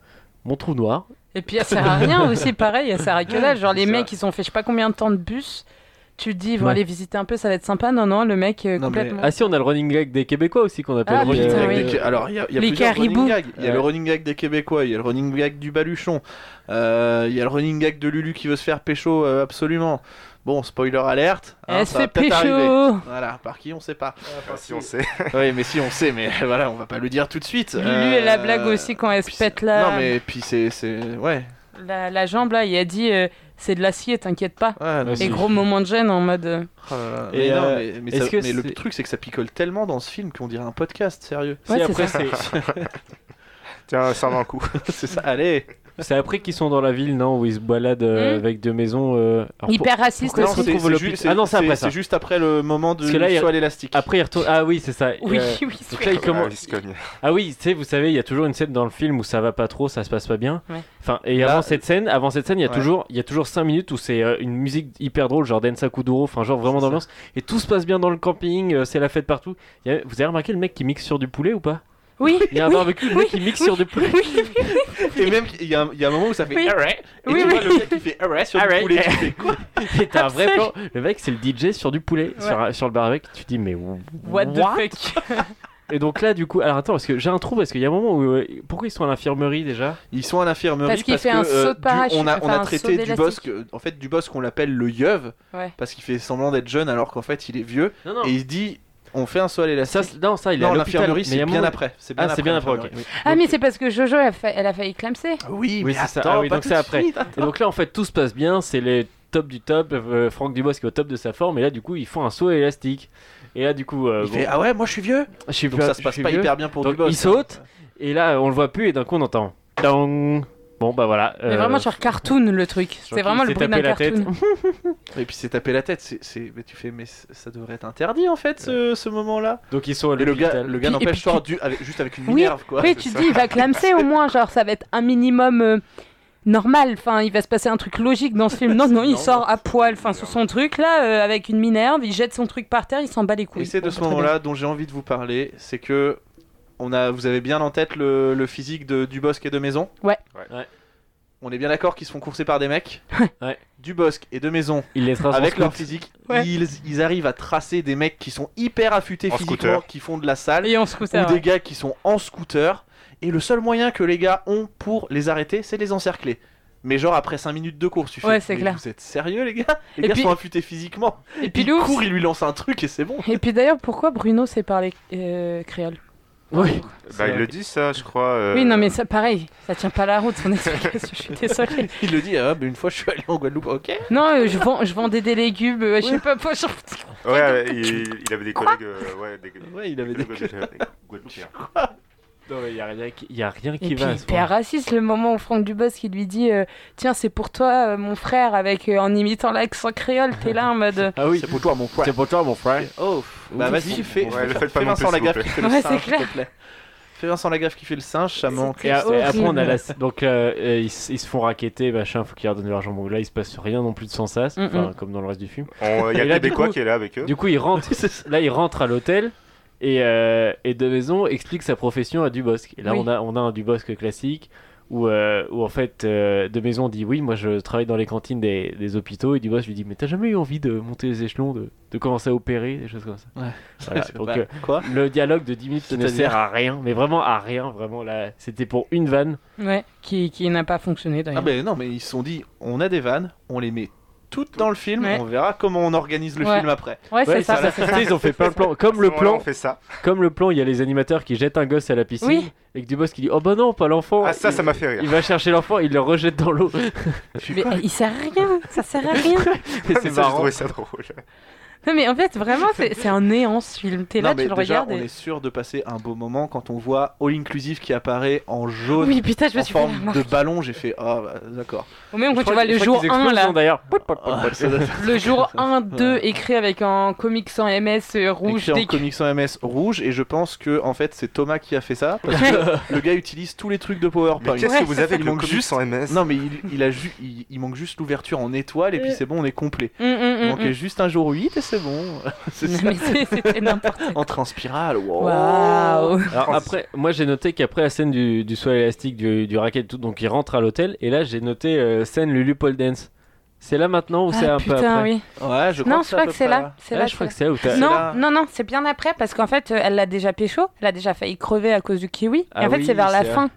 mon trou noir.
Et puis elle sert à rien aussi, pareil, elle sert à que dalle. Genre les
C'est
mecs,
vrai.
ils ont fait je sais pas combien de temps de bus. Tu te dis, ils vont
Ouais.
aller visiter un peu, ça va être sympa. Non, non, le mec euh,
Non, mais-
complètement.
Ah, si, on a le running gag des Québécois aussi qu'on appelle. euh,
Ah,
Le running
putain,
gag
oui.
des Qué- Alors, il y a, il y a
Les
plusieurs running
caribous.
gags. Il y a le
Ouais.
running gag des Québécois, il y a le running gag du Baluchon, euh, il y a le running gag de Lulu qui veut se faire pécho euh, absolument. Bon, spoiler alerte, hein,
elle se
ça va
fait
peut-être arriver.
pécho
Voilà, par qui on sait pas.
Enfin, Ah, si on sait.
oui, mais si on sait, mais voilà, on va pas le dire tout de suite.
Lulu,
Euh,
elle a blague aussi quand elle se
puis
pète
c'est-
la,
Non, mais puis c'est. c'est- Ouais.
la, la jambe là, et elle dit, euh, c'est de l'acier, t'inquiète pas.
ouais non,
Et
Et
c'est-
gros moment de gêne en mode. euh,
Oh là là.
Et
Mais non,
euh,
mais- mais
est-ce
ça-
que
mais le
c'est-
truc, c'est que ça picole tellement dans ce film qu'on dirait un podcast, sérieux.
Si,
Ouais, c'est
après,
ça.
c'est
Tiens, ça m'a un coup.
c'est ça, allez.
c'est après qu'ils sont dans la ville, non Où ils se baladent euh,
Hmm.
avec deux maisons. euh, alors, pour-
Hyper raciste
pourquoi
Non,
on se
aussi.
c'est-
retrouve
c'est
le
ju-
plus-
c'est-
Ah non, c'est après
c'est-
ça.
c'est juste après le moment du
Parce que là, il y a-
soie à l'élastique.
Après, ils retournent. Ah oui, c'est ça.
Oui,
Euh,
oui, c'est
Donc là, il
Comment
commence.
il se cogne Bah,
Ah oui, tu sais, vous savez, il y a toujours une scène dans le film où ça va pas trop, ça se passe pas bien.
Ouais.
Enfin, et
Là-
avant cette scène, avant cette scène, il y a
Ouais.
toujours, il y a toujours 5 minutes où c'est euh, une musique hyper drôle, genre Densa Kuduro, enfin genre vraiment
C'est ça.
d'ambiance. Et tout se passe bien dans le camping, euh, c'est la fête partout. Il y a- Vous avez remarqué le mec qui mixe sur du poulet ou pas
Oui,
Il y a un
oui,
barbecue, le mec qui mixe sur du poulet.
Et même, il y, a un- il y a un moment où ça fait.
Oui.
Arrête Et
Oui,
tu vois
oui.
le mec qui fait arrête sur
Arrête.
le poulet. tu fais quoi
Et t'as un vrai
Absolument.
plan. Le mec, c'est le DJ sur du poulet, sur, un- sur le barbecue. Tu te dis, mais
What the fuck
Et donc là, du coup, alors attends, parce que j'ai un trou, parce qu'il y a un moment où. euh, pourquoi ils sont à l'infirmerie déjà
Ils sont à l'infirmerie parce,
Parce qu'il fait un
que, euh,
saut de
du-
parachute,
on a, on
enfin,
a
un
traité
saut
du boss,
d'élastique.
en fait du boss qu'on l'appelle le yeuve
Ouais.
parce qu'il fait semblant d'être jeune alors qu'en fait il est vieux
Non, non.
et il se dit on fait un saut à
Ça,
l'élastique.
c'est- non, ça, il est
Non,
à l'hôpital.
l'infirmerie
Mais il y
c'est
a un
bien
moment-
après. C'est bien
Ah, c'est bien après, ok.
l'infirmerie.
Ah, mais c'est parce que Jojo, elle, a fa- elle a failli clamser.
Oui,
Oui,
mais
c'est ça.
attends,
Ah oui,
pas
donc
tout
c'est
de
après.
suite, hein. attends.
Et donc là, en fait, tout se passe bien, c'est les top du top. euh, Franck Dubos qui est au top de sa forme, et là, du coup, ils font un saut élastique. Et là, du coup, euh,
il
bon,
fait ah ouais, moi je suis vieux.
je suis
Donc
pas-
ça se
je
passe
suis
pas
vieux.
hyper bien pour hein.
Donc,
du boss.
il saute. Et là, on le voit plus, et d'un coup, on entend. Dong Bon, bah voilà.
Mais
euh,
vraiment genre cartoon le truc. C'est
Jean-Pierre,
vraiment le
il
bruit
s'est
d'un
tapé la tête.
cartoon.
Et puis c'est tapé la tête. c'est- c'est- Mais tu fais, mais c- ça devrait être interdit en fait ce, ce moment-là.
Donc ils sont à
Et le gars,
l'hôpital.
le gars
Puis- et
n'empêche
puis
sort du, avec- juste avec une
Oui,
minerve quoi.
oui, tu te dis, il va clamser au moins, genre ça va être un minimum euh, normal. Enfin, il va se passer un truc logique dans ce film. Non, non, il
Non,
sort à poil, enfin sous son truc là, euh, avec une minerve, il jette son truc par terre, il s'en bat les couilles.
Et c'est
Bon,
de ce
très
moment-là dont j'ai envie de vous parler, c'est que on a, vous avez bien en tête le, le physique de Dubosc et de Maison.
Ouais.
Ouais.
Ouais.
On est bien d'accord qu'ils se font courser par des mecs.
Ouais.
Dubosc et de Maison,
Il laissera son
avec
scout.
leur physique,
Ouais.
ils, ils arrivent à tracer des mecs qui sont hyper affûtés
En
physiquement,
scooter.
qui font de la salle,
bien. Et on se
ou
cousse
des gars qui sont en scooter. Et le seul moyen que les gars ont pour les arrêter, c'est de les encercler. Mais genre après 5 minutes de course, tu fais.
Ouais, c'est
mais
clair.
Vous êtes sérieux les gars Les
Et
gars
puis-
sont affûtés physiquement.
Et puis
ils
l'ours-
courent, ils lui lancent un truc et c'est bon.
Et puis d'ailleurs, pourquoi Bruno s'est parlé euh, créole
Oui.
Bah, il le dit, ça, je crois. euh,
Oui, non, mais ça, pareil, ça tient pas la route son explication. je suis désolée.
Il le dit, ah, mais une fois je suis allé en Guadeloupe, ok.
Non, euh, je, vends, je vendais des légumes, euh, je sais pas, moi, genre,
Ouais, il, il avait des collègues. euh, ouais, des,
Ouais, il avait des.
Guadeloupéens.
Non, mais il y a rien qui, il y a rien
Et
qui
puis
va. à ce
hyper
moment-là.
raciste le moment où Franck Dubosc il lui dit euh, tiens c'est pour toi euh, mon frère avec euh, en imitant l'accent créole t'es là en mode euh,
Ah oui.
C'est pour toi, mon frère.
C'est pour toi, mon frère.
Oh, bah vas-y, fais,
Ouais,
fais-
le faites
fais
pas non
Vincent
plus, s'il vous
Lagaffe
plaît.
qui fait le
Ouais,
singe,
c'est clair.
s'il te plaît. Fais Vincent Lagaffe qui fait le singe, ça manque.
Et, a- et après, on a la...
horrible.
donc euh, euh, ils, s- ils se font raqueter, machin, faut qu'ils redonnent de l'argent. Bon, là, il se passe rien non plus de sans sas,
Mm,
enfin,
mm.
comme dans le reste du film.
On- Il y a
Et
le
là, du
Québécois
coup-
qui est là avec eux.
Du coup, ils rentrent, là, ils rentrent à l'hôtel et, euh, et De Maison explique sa profession à Dubosc. Et là,
Oui.
on, a, on a un Dubosc classique où, euh, où en fait, euh, De Maison dit Oui, moi, je travaille dans les cantines des, des hôpitaux. Et Dubosc lui dit Mais t'as jamais eu envie de monter les échelons, de, de commencer à opérer, des choses comme ça
Ouais.
Voilà, donc, euh,
Quoi
le dialogue de 10 minutes ne
C'est-à-dire
sert à rien, mais vraiment à rien. Vraiment, là, c'était pour une vanne.
ouais qui, qui n'a pas fonctionné
Ah,
d'ailleurs
mais non, mais ils se sont dit, on a des vannes, on les met toutes dans le film,
Ouais.
on verra comment on organise le
Ouais.
film après.
ouais c'est
Ouais,
ça,
ça,
c'est ça.
Ils ont fait plein de plans. Comme
À ce
le
moment-là,
plan,
On fait ça.
comme le plan, il y a les animateurs qui jettent un gosse à la piscine
Oui.
et que Dubosc qui dit Oh bah non, pas l'enfant.
Ah, ça,
Il-
ça m'a fait rire.
Il va chercher l'enfant, il le rejette dans l'eau.
mais euh, il sert à rien ça sert à rien
Et
Mais
c'est
ça, j'ai
marrant.
trouvé ça drôle.
non mais en fait vraiment c'est c'est un néant ce film t'es
non,
là
mais
tu le
déjà,
regardes
on
et-
est sûr de passer un beau moment quand on voit All Inclusive qui apparaît en jaune.
Oh oui putain je me
En
suis fait la
forme
remarque.
de ballon, j'ai fait ah bah, d'accord.
au même
Je
quand tu
crois-
vois
je
le
crois
jour
qu'ils
1
explosent,
là
D'ailleurs,
Ah, ça doit-
le jour 1 2 écrit avec un comic sans MS euh, rouge
écrit en
déc-
comics en MS rouge et je pense que en fait c'est Thomas qui a fait ça parce que le gars utilise tous les trucs de
Mais
PowerPoint.
qu'est-ce que vous avez
Il
avec le
manque
comics
juste-
en MS
Non mais il, il a ju- il, il manque juste l'ouverture en étoile et puis c'est bon on est complet.
Hum, hum,
Il
hum,
manquait juste un jour 8 et c'est bon. c'est
hum.
ça.
mais c'est- c'était n'importe
Entre en spirale. wow.
quoi
Alors Ah, après, moi j'ai noté qu'après la scène du, du soin élastique, du, du racket, et tout, donc il rentre à l'hôtel, et là j'ai noté euh, scène Lulu Paul Dance. C'est là maintenant ou Oh, c'est un peu
Ah, putain
après
oui
Ouais je crois
non
que
je
c'est à peu
crois que c'est
près
là c'est
Ah,
là
je
c'est
crois
là.
que c'est là où t'as-
C'est
Non,
là.
non, non, c'est bien après parce qu'en fait, euh, elle l'a déjà pécho, elle a déjà failli crever à cause du kiwi. Et
Ah
en fait,
oui,
c'est vers la
c'est
fin.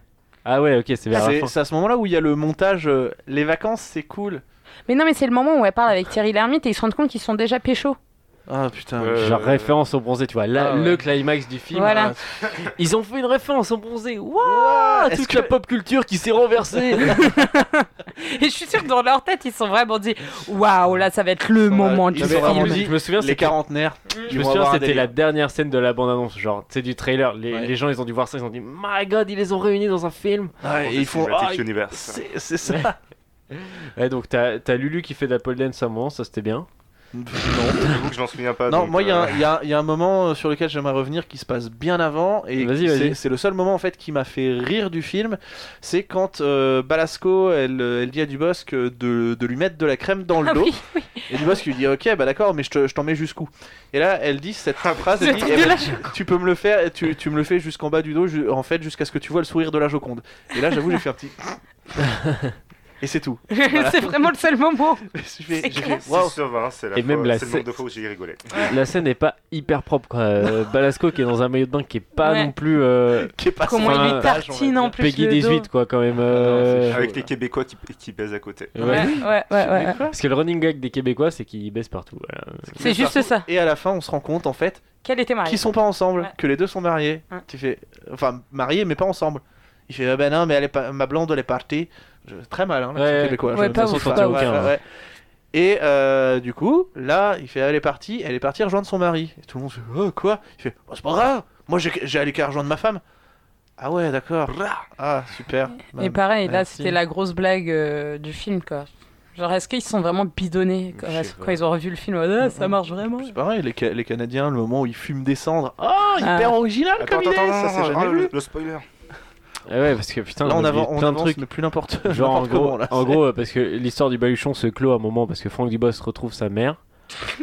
Ah ouais, ok, c'est vers la
C'est
fin.
c'est à ce moment-là où il y a le montage. euh, les vacances c'est cool.
Mais non, mais c'est le moment où elle parle avec Thierry Lhermitte et ils se rendent compte qu'ils sont déjà pécho.
Ah putain.
Ouais.
Genre
Euh,
référence au bronzé, tu vois. Là,
ah ouais.
le climax du film.
Voilà.
Ils ont fait une référence au bronzé. Waouh
Est-ce
Toute
que-
la pop culture qui s'est renversée.
Et je suis sûre que dans leur tête, ils sont vraiment dit Wawaouh, là, ça va être le
sont
moment
là,
du
ils
Non, mais
ont vraiment
en
film.
plus,
dit,
je me souviens,
les
c'est
quarantenaires.
Je
ils
me
vont
souviens,
avoir un
c'était
délire.
la dernière scène de la bande-annonce, genre, tu sais, du trailer. Les,
Ouais.
les gens, ils ont dû voir ça, ils ont dit, My God, ils les ont réunis dans un film.
Ouais,
Dans
et
le
ils font.
Cinematic
ah,
Universe.
c'est c'est ça.
Ouais, donc t'as t'as Lulu qui fait de la pole dance à un moment, ça c'était bien.
J'avoue que je m'en souviens pas.
Non,
donc,
moi, il y, a
euh,
un- il y a un- il y a un moment euh, sur lequel j'aimerais revenir qui se passe bien avant. Et
Vas-y, vas-y.
c'est- c'est le seul moment en fait qui m'a fait rire du film. C'est quand euh, Balasco, elle, euh, elle dit à Dubosc euh, de, de lui mettre de la crème dans le
Ah
dos.
oui,
Et Dubosc lui dit Ok, bah d'accord, mais je te- je t'en mets jusqu'où Et là, elle dit cette
Ah,
phrase
ce
elle dit,
truc
Eh
de
ben,
là.
Tu peux me le faire, tu, tu me le fais jusqu'en bas du dos, ju- en fait, jusqu'à ce que tu vois le sourire de la Joconde. Et là, j'avoue, j'ai fait un petit. et c'est tout.
c'est vraiment le seul moment.
J'ai fait-
C'est
j'ai
clair.
fait, Waouh
Wow. sur 20, c'est la,
Et même
fois-
la
c'est le nombre
scène-
de fois où j'ai rigolé.
La scène n'est pas hyper propre, quoi. Euh, Balasco qui est dans un maillot de bain qui est pas
Ouais.
non plus euh,
qui est passé
Comment
Enfin,
il
on va
lui tartine en plus.
Peggy
le
18, quoi, quand même. euh,
Non,
Avec
chaud,
les
là.
Québécois qui, qui pèsent à côté.
dos.
ouais.
Ouais, ouais, ouais. ouais.
Parce que le running gag des Québécois, c'est qu'ils baissent partout. voilà.
C'est juste ça.
Et à la fin, on se rend compte en fait
Qu'elle était mariée.
qu'ils sont pas ensemble,
Ouais.
que les deux sont mariés.
Ouais.
Tu fais, enfin, mariés mais pas ensemble. Il fait, ah ben non, mais elle est pas- ma blonde elle est partie. Je- Très mal, hein, l'accent
Ouais.
québécois.
Ouais,
je-
pas
je-
ouf,
je-
pas
ouais,
aucun,
ouais,
hein.
ouais. Et euh, du coup, là, il fait, elle est partie, elle est partie rejoindre son mari. Et tout le monde se fait, oh quoi Il fait, oh, c'est pas grave, moi j'ai j'ai allé qu'à rejoindre ma femme. Ah ouais, d'accord. Ah, super.
Et
Bah,
pareil, là,
Merci.
c'était la grosse blague euh, du film, quoi. Genre, est-ce qu'ils sont vraiment bidonnés quoi,
Je sais
quand
pas.
ils ont revu le film Ah, Ça marche vraiment
C'est pareil, les, Ca- les Canadiens, le moment où ils fument des cendres. Ah, hyper original
Attends,
comme
attends,
idée, Ah,
attends,
ça
attends,
c'est
attends,
jamais
oh,
vu.
le, le spoiler.
Ah ouais, parce que putain,
Là, on,
j'oublie
avance, on
plein de
avance,
trucs.
mais plus n'importe
Genre, en
n'importe
gros,
comment, là,
en
c'est-
gros, euh, parce que l'histoire du baluchon se clôt à un moment parce que Franck Dubos retrouve sa mère,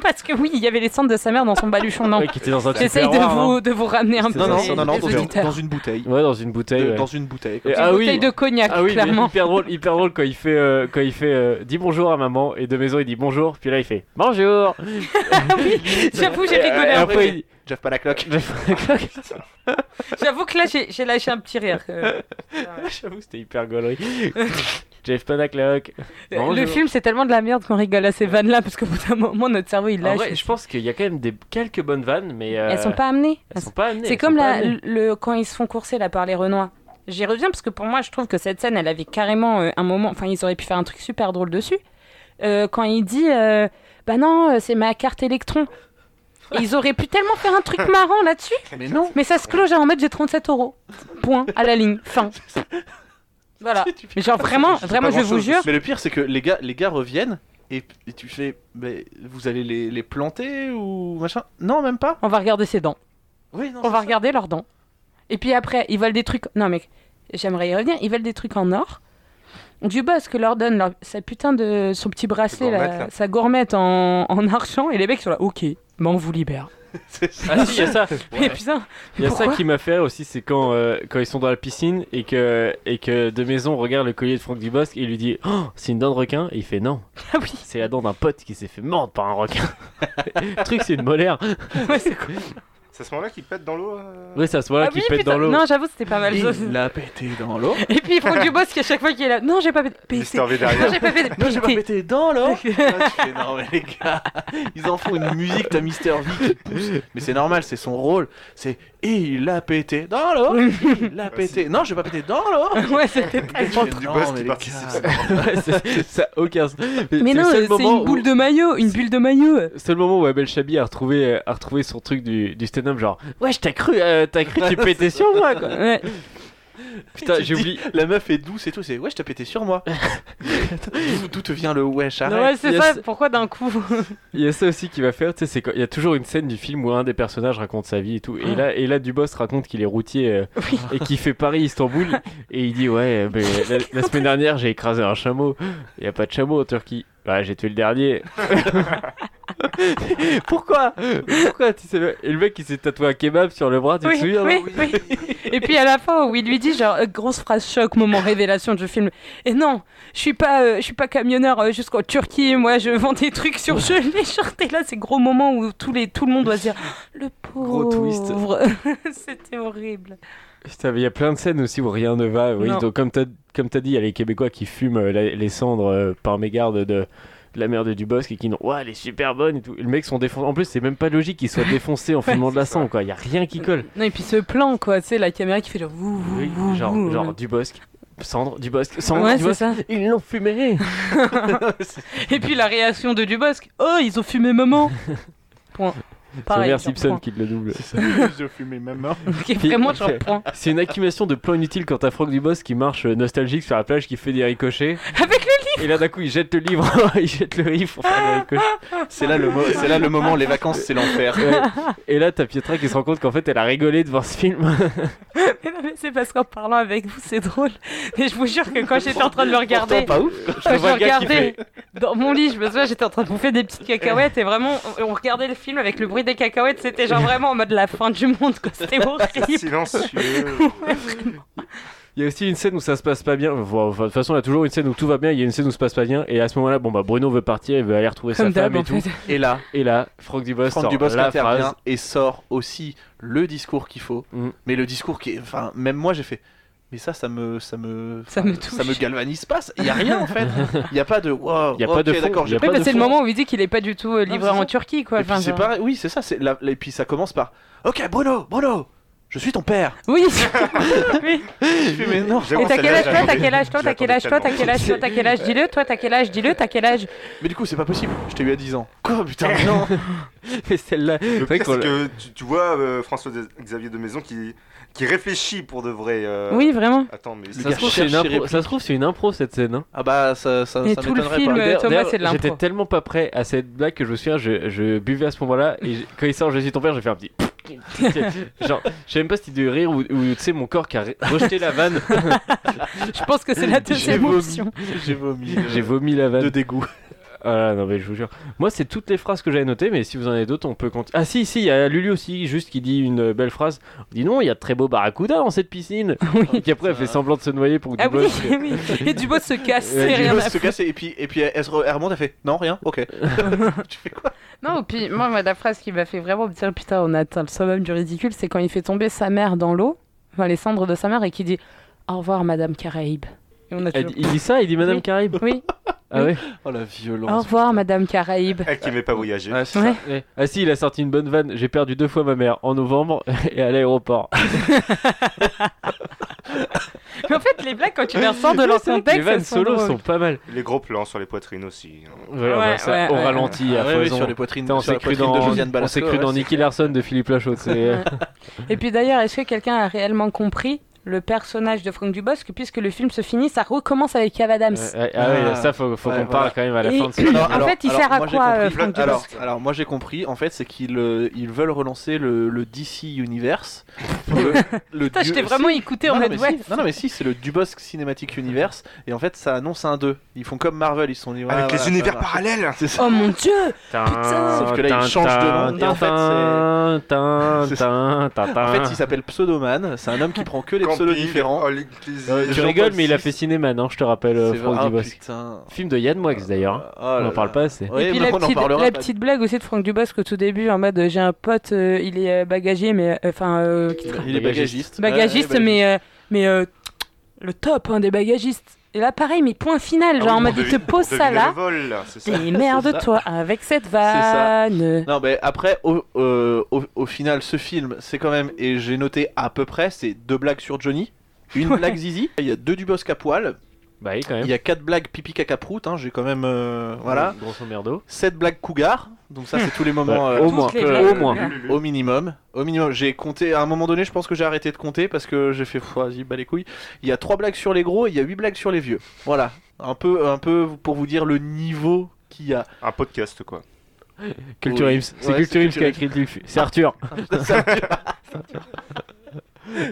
Parce que oui, il y avait les cendres de sa mère dans son baluchon. Non,
ouais, qui était dans un petit hein.
j'essaye de
tiroir,
vous, de vous ramener un peu.
Non, non,
les-
non, non,
les
dans, une-
auditeurs.
dans une bouteille.
hein. Ouais, dans une bouteille.
De-
ouais.
Dans une bouteille. comme
Et-
ça.
ah oui.
Bouteille de cognac,
Ah oui, mais
clairement.
hyper drôle, hyper drôle quand il fait, euh, quand il fait, euh, dis bonjour à maman et de maison il dit bonjour, puis là il fait bonjour.
J'avoue, j'ai
Et-
rigolé
et
un
Euh, après, il dit-
Jeff pas la cloque.
J'avoue que là, j'ai j'ai lâché un petit rire. euh.
J'avoue, c'était hyper gaulerie. Jeff Panaclock.
Le
Bonjour.
film, c'est tellement de la merde qu'on rigole à ces vannes-là parce qu'au bout d'un moment, notre cerveau, il
En
lâche.
vrai, je pense qu'il y a quand même des, quelques bonnes vannes, mais. euh,
Elles sont pas amenées.
elles sont pas amenées,
C'est
elles sont
comme
pas
la-
amenées.
le, quand ils se font courser là par les Renois. J'y reviens parce que pour moi, je trouve que cette scène, elle avait carrément euh, un moment. Enfin, ils auraient pu faire un truc super drôle dessus. Euh, quand il dit euh, Bah non, euh, c'est ma carte électron. Et ils auraient pu tellement faire un truc marrant là-dessus.
Mais non.
Mais ça se cloche à en mettre j'ai 37 euros. Point, à la ligne, fin. Voilà. Mais genre vraiment, vraiment, je vous jure.
Mais le pire, c'est que les gars, les gars reviennent et, et tu fais, mais vous allez les, les planter ou machin Non, même pas.
On va regarder ses dents.
Oui, non.
On
c'est
va
ça.
regarder leurs dents. Et puis après, ils veulent des trucs. Non, mais j'aimerais y revenir. Ils veulent des trucs en or. Du boss que leur donne leur- sa putain de. son petit bracelet, là,
gourmette, là.
sa gourmette en... en argent. Et les mecs sont là, ok, bah on vous libère.
C'est ça.
Ah si, il y a ça.
Et putain,
Il y a ça
Pourquoi
qui m'a fait rire aussi, c'est quand, euh, quand ils sont dans la piscine et que, et que De Maison regarde le collier de Franck Dubosc et il lui dit Oh, c'est une dent de requin Et il fait Non,
ah oui,
c'est la dent d'un pote qui s'est fait mordre par un requin. le truc, c'est une molaire.
ouais, c'est cool.
C'est à ce moment-là qu'il pète dans l'eau. euh
Ouais, c'est à ce moment-là
Ah
qu'il
oui,
pète
putain.
dans l'eau.
Non, j'avoue, c'était pas mal. ça.
Il l'a pété dans l'eau.
Et puis il faut du boss qui, à chaque fois qu'il est là, non, j'ai pas pété. pété.
Mister V
Non,
derrière.
j'ai pas pété.
Non, j'ai pas
Pété.
pété dans l'eau. Là, tu fais, non mais les gars, ils en font une musique, t'as Mister V qui pousse. Mais c'est normal, c'est son rôle. C'est il a pété dans l'eau. Il a pété. Non, j'ai pas pété dans l'eau.
Ouais, c'était
Et
très
tu
drôle.
fais,
Du
non,
boss
mais
qui
les
participe.
gars.
Ouais, c'est- ça a aucun sens.
Mais
c'est
non,
le
c'est
seul moment
une boule
où-
de maillot, une bulle de maillot.
C'est le moment où Abel Chabi a retrouvé, a retrouvé son truc du, du stand-up, genre Ouais, je t'ai cru, euh, t'as cru que tu pétais sur moi, quoi.
Ouais.
Putain,
Tu
j'ai
dis,
oublié.
La meuf est douce et tout. C'est ouais, je t'ai pété sur moi. D'où- D'où te vient le wesh arrête.
Ouais, c'est
il y a
ça,
ce-
pourquoi d'un coup
Il y a ça aussi qui va faire, tu sais, c'est quand- il y a toujours une scène du film où un des personnages raconte sa vie et tout.
Ah.
Et là, et là Dubos raconte qu'il est routier euh, et qu'il fait Paris-Istanbul. et il dit Ouais, euh, ben, la, la semaine dernière, j'ai écrasé un chameau. Il n'y a pas de chameau en Turquie. Bah, j'ai tué le dernier. Pourquoi Pourquoi tu sais, Et le mec, il s'est tatoué un kebab sur le bras, tu te
Oui,
souviens
oui, oui. Et puis à la fin où il lui dit genre euh, grosse phrase choc moment révélation du film. Et non, je suis pas euh, je suis pas camionneur euh, jusqu'en Turquie, moi je vends des trucs sur gelés, genre t'es là c'est gros moment où tous les tout le monde doit se dire Ah, le pauvre.
Gros twist.
C'était horrible.
Putain, mais il y a plein de scènes aussi où rien ne va. Oui.
Non.
Donc, comme t'as comme t'as dit, il y a les Québécois qui fument euh, la- les cendres euh, par mégarde de, de la mère de Dubosc et qui disent Ouah, elle est super bonne et tout. Et le mec, sont défoncés. En plus, c'est même pas logique qu'ils soient défoncés en fumant de la cendre, quoi. Il y a rien qui colle.
Non et puis ce plan quoi, c'est la caméra qui fait genre vous
Oui, genre, genre Dubosc, cendre, Dubosc, cendre,
Ouais, c'est
Dubosc.
ça.
Ils l'ont fumé
Et puis la réaction de Dubosc, "Oh, ils ont fumé maman." Point.
C'est
Pareil,
Homer
genre,
Simpson
point.
qui le double.
Je fumais même un.
Ok, vraiment genre point.
C'est une accumulation de plans inutiles quand t'as Franck Dubosc qui marche euh, nostalgique sur la plage, qui fait des ricochets.
Avec
Et là, d'un coup, il jette le livre, il jette le livre pour faire des ricochets.
C'est là le mo- c'est là le moment. Les vacances, c'est l'enfer.
Ouais. Et là, t'as Pietra qui se rend compte qu'en fait, elle a rigolé devant ce film.
Mais non, mais c'est parce qu'en parlant avec vous, c'est drôle. Mais je vous jure que quand j'étais en train de le regarder,
Pourtant, pas ouf.
quand je le
vois le gars qui
regardais dans mon lit, je me souviens, j'étais en train de bouffer des petites cacahuètes et vraiment, on- on regardait le film avec le bruit des cacahuètes. C'était genre vraiment en mode la fin du monde, quoi. C'était horrible.
Silencieux.
Il y a aussi une scène où ça se passe pas bien. Enfin, de toute façon, il y a toujours une scène où tout va bien, il y a une scène où ça se passe pas bien. Et à ce moment-là, bon, bah, Bruno veut partir, il veut aller retrouver sa femme et tout.
Et là,
Et là, Franck Dubos
Franck
sort
Dubosc
la
intervient
phrase.
et sort aussi le discours qu'il faut.
Mm.
Mais le discours qui est. Enfin, même moi j'ai fait. Mais ça, ça me. Ça me,
Ça
enfin,
me touche.
Ça me galvanise pas. Il y a rien en fait. Il y a pas de. Wow,
Il y a pas de
ok,
fond,
d'accord,
il y
j'ai
a
pas
pas de
c'est le
fond.
moment où il dit qu'il est pas du tout euh,
Non,
livré
c'est ça.
en Turquie, quoi.
Et puis
Enfin,
c'est
genre-
pareil. Oui, c'est ça. c'est la- Et puis ça commence par. Ok, Bruno, Bruno, je suis ton père.
Oui. oui.
Je fais, mais non.
J'avoue,
Et t'as
celle-là,
quel âge toi
j'attendais-
T'as quel âge toi
je
T'as quel âge toi T'as
l'attendais
quel âge toi T'as quel âge Dis-le. Toi, t'as quel âge Dis-le. T'as quel âge
Mais du coup, c'est pas possible. Je t'ai eu à 10 ans. Quoi, putain, non.
Mais celle-là,
Le
vrai
pire,
qu'on
c'est que tu, tu vois euh, François de- Xavier de Maison qui, qui réfléchit pour de vrai. euh,
Oui, vraiment.
Attends, mais
Ça
ça
se,
se
trouve, c'est une
cherche et
impro- ça se trouve, c'est une impro cette scène. hein.
Ah bah, ça, ça,
Mais
ça
tout le
m'étonnerait
film,
pas.
euh, Thomas,
D'ailleurs,
c'est de l'impro.
J'étais tellement pas prêt à cette blague que je me souviens, je, je buvais à ce moment-là et je- quand il sort, je suis ton père, j'ai fait un petit. Genre, je sais même pas si c'était de rire ou, ou, tu sais, mon corps qui a re- rejeté la vanne.
Je pense que c'est la
J'ai
deuxième
vomi.
option.
J'ai vomi. euh,
J'ai vomi la
de
vanne.
dégoût.
Ah non, mais je vous jure. Moi, c'est toutes les phrases que j'avais notées, mais si vous en avez d'autres, on peut continuer. Ah si, si, il y a Lulu aussi, juste qui dit une belle phrase. On dit non, il y a de très beaux barracudas dans cette piscine. Et puis après, elle fait semblant de se noyer pour que
Ah oui,
Dubois-
oui. Et Dubos se casse,
Euh,
c'est
Et
rien à
se casse et puis, et puis elle, se re- elle remonte, elle fait Non, rien, ok. tu fais quoi
Non, puis moi, moi, la phrase qui m'a fait vraiment me dire putain, on a atteint le summum du ridicule, c'est quand il fait tomber sa mère dans l'eau, enfin les cendres de sa mère, et qui dit au revoir, Madame Caraïbe. Et on a
Elle-
toujours...
il dit ça, il dit Madame
Oui.
Caribe.
Oui,
Ah ouais.
Oh la
au
violence.
revoir, Madame Caraïbe.
Elle qui aimait pas voyager.
Ouais, c'est
Ouais.
ça.
Ouais. Ah si, il a sorti une bonne vanne. J'ai perdu deux fois ma mère en novembre et à l'aéroport.
Mais en fait, les blagues, quand tu les ressors de leur
Les
contexte,
vannes
elles sont
solo
drôles.
sont pas mal.
Les gros plans sur les poitrines aussi. hein.
Ouais, bah, ça,
ouais,
au
ouais.
ralenti, à
Ah ouais, oui,
foison.
sur les poitrines,
Putain, on
sur
s'est
la
cru
poitrine
dans,
de Josiane
on
Balasco.
s'est cru
ouais,
dans
c'est-
Nicky Larson de Philippe Lachaud. C'est
Et puis d'ailleurs, est-ce que quelqu'un a réellement compris le personnage de Franck Dubosc Puisque le film se finit, ça recommence avec Kev Adams.
Ouais, ah ouais,
Ah.
ça faut, faut
Ouais,
qu'on
voilà.
parle quand même à la
Et-
fin de ce
Non,
film.
en fait, il sert à
moi, j'ai
quoi,
compris.
euh, Franck
alors,
Dubosc
alors, moi j'ai compris, en fait, c'est qu'ils euh, ils veulent relancer le, le DC Universe. le, le
Putain, je
dieu-
t'ai vraiment écouté en
non, non,
mode
mais
ouais.
si, non, non, mais si, c'est le Dubosc Cinematic Universe. Et en fait, ça annonce un 2. Ils font comme Marvel, ils se sont dit. ouais,
Avec les
voilà,
univers
ça marche.
parallèles
C'est ça.
Oh mon dieu Putain.
Sauf que là, il change de nom, et en fait, c'est-
Ah.
En fait, il s'appelle Pseudoman. C'est un homme qui prend que les pseudos
Camping, Oh,
différents.
all inclusive.
Euh,
Tu
Jean-Paul
rigoles, mais il a
VI.
fait cinéma, non Je te rappelle, euh,
C'est vrai.
Franck
Ah,
Dubosc.
putain.
Film de Yann Moix d'ailleurs.
Oh là
on en parle
là.
pas assez.
Ouais,
et puis
mais
la,
on en
petite,
parlera
la
pas.
petite blague aussi de Franck Dubosc au tout début, en mode euh, j'ai un pote, euh, il est euh, bagagier, mais euh, enfin, euh, qui tra-
Il est bagagiste.
bagagiste,
Ouais, ouais,
mais, euh, mais euh, le top hein, des bagagistes. Et là, pareil, mais point final,
Ah
genre en mode il te pose ça là, démerde-toi avec cette vanne.
Non, mais après, au, euh, au, au final, ce film, c'est quand même, et j'ai noté à peu près, c'est deux blagues sur Johnny, une
Ouais.
blague Zizi, il y a deux Dubosc à poil,
Bah oui, quand
il
même.
y a quatre blagues pipi caca prout, hein, j'ai quand même, euh, voilà,
Grosso merdo.
sept blagues cougar, donc ça c'est tous les moments euh,
Hmm. au
Toutes
moins,
les
euh,
blagues.
au moins.
au minimum, au minimum, j'ai compté, à un moment donné, je pense que j'ai arrêté de compter parce que j'ai fait, Pff, vas-y, bah les couilles, il y a trois blagues sur les gros, et il y a huit blagues sur les vieux, voilà, un peu, un peu pour vous dire le niveau qu'il y a.
Un podcast quoi.
Culture
Oui.
Ims. C'est
Ouais,
Culture
c'est
Ims qui a écrit le film. C'est Arthur.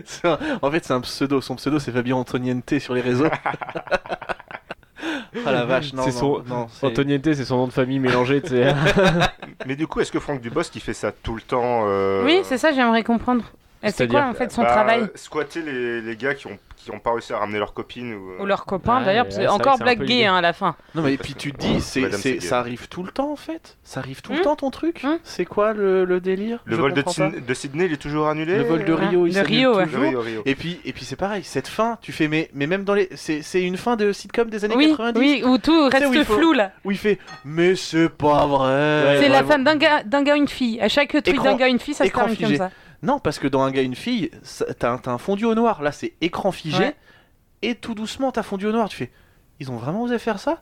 C'est un- En fait, c'est un pseudo. Son pseudo, c'est Fabien Antoniente sur les réseaux. ah la vache, non.
C'est
non,
son-
non, c'est-
Antoniente, c'est son nom de famille mélangé. tu sais.
Mais du coup, est-ce que Franck Dubos qui fait ça tout le temps euh,
Oui, c'est ça, j'aimerais comprendre. Et C'est
C'est-à-dire
quoi en fait son
bah,
travail
euh,
Squatter les, les gars qui ont, qui ont pas réussi à ramener leur copine ou. euh,
Ou leur copain
Ouais,
d'ailleurs,
ouais,
parce
c'est
que
vrai que
encore
c'est un
blague
peu
gay
l'idée.
hein, à la fin.
Non, mais et puis tu te dis, c'est,
Madame
c'est-
Seguier.
ça arrive tout le temps en fait. Ça arrive tout le
Hmm
temps ton truc.
Hmm
c'est quoi le, le délire
Le
Je
vol de, Ah
comprends
Tin- de Sydney, il est toujours
pas.
annulé.
Le vol de Rio, il
De
s'annule
Rio, ouais.
De
toujours.
Rio, Rio.
Et puis, et puis c'est pareil, cette fin, tu fais mais, mais même dans les, c'est, c'est une fin de sitcom des années
Oui,
90
oui, où tout
Tu sais où
reste
il faut-
flou là.
où il fait mais c'est pas vrai.
C'est la
Vraiment.
fin d'un gars, d'un gars, une fille. À chaque tweet
Écran-
d'un gars, une fille, ça se
écran
termine comme
figé.
ça.
Non, parce que dans un gars et une fille, ça- t'as un, t'as un fondu au noir. Là, c'est écran figé.
Ouais.
Et tout doucement, t'as fondu au noir. Tu fais, ils ont vraiment osé faire ça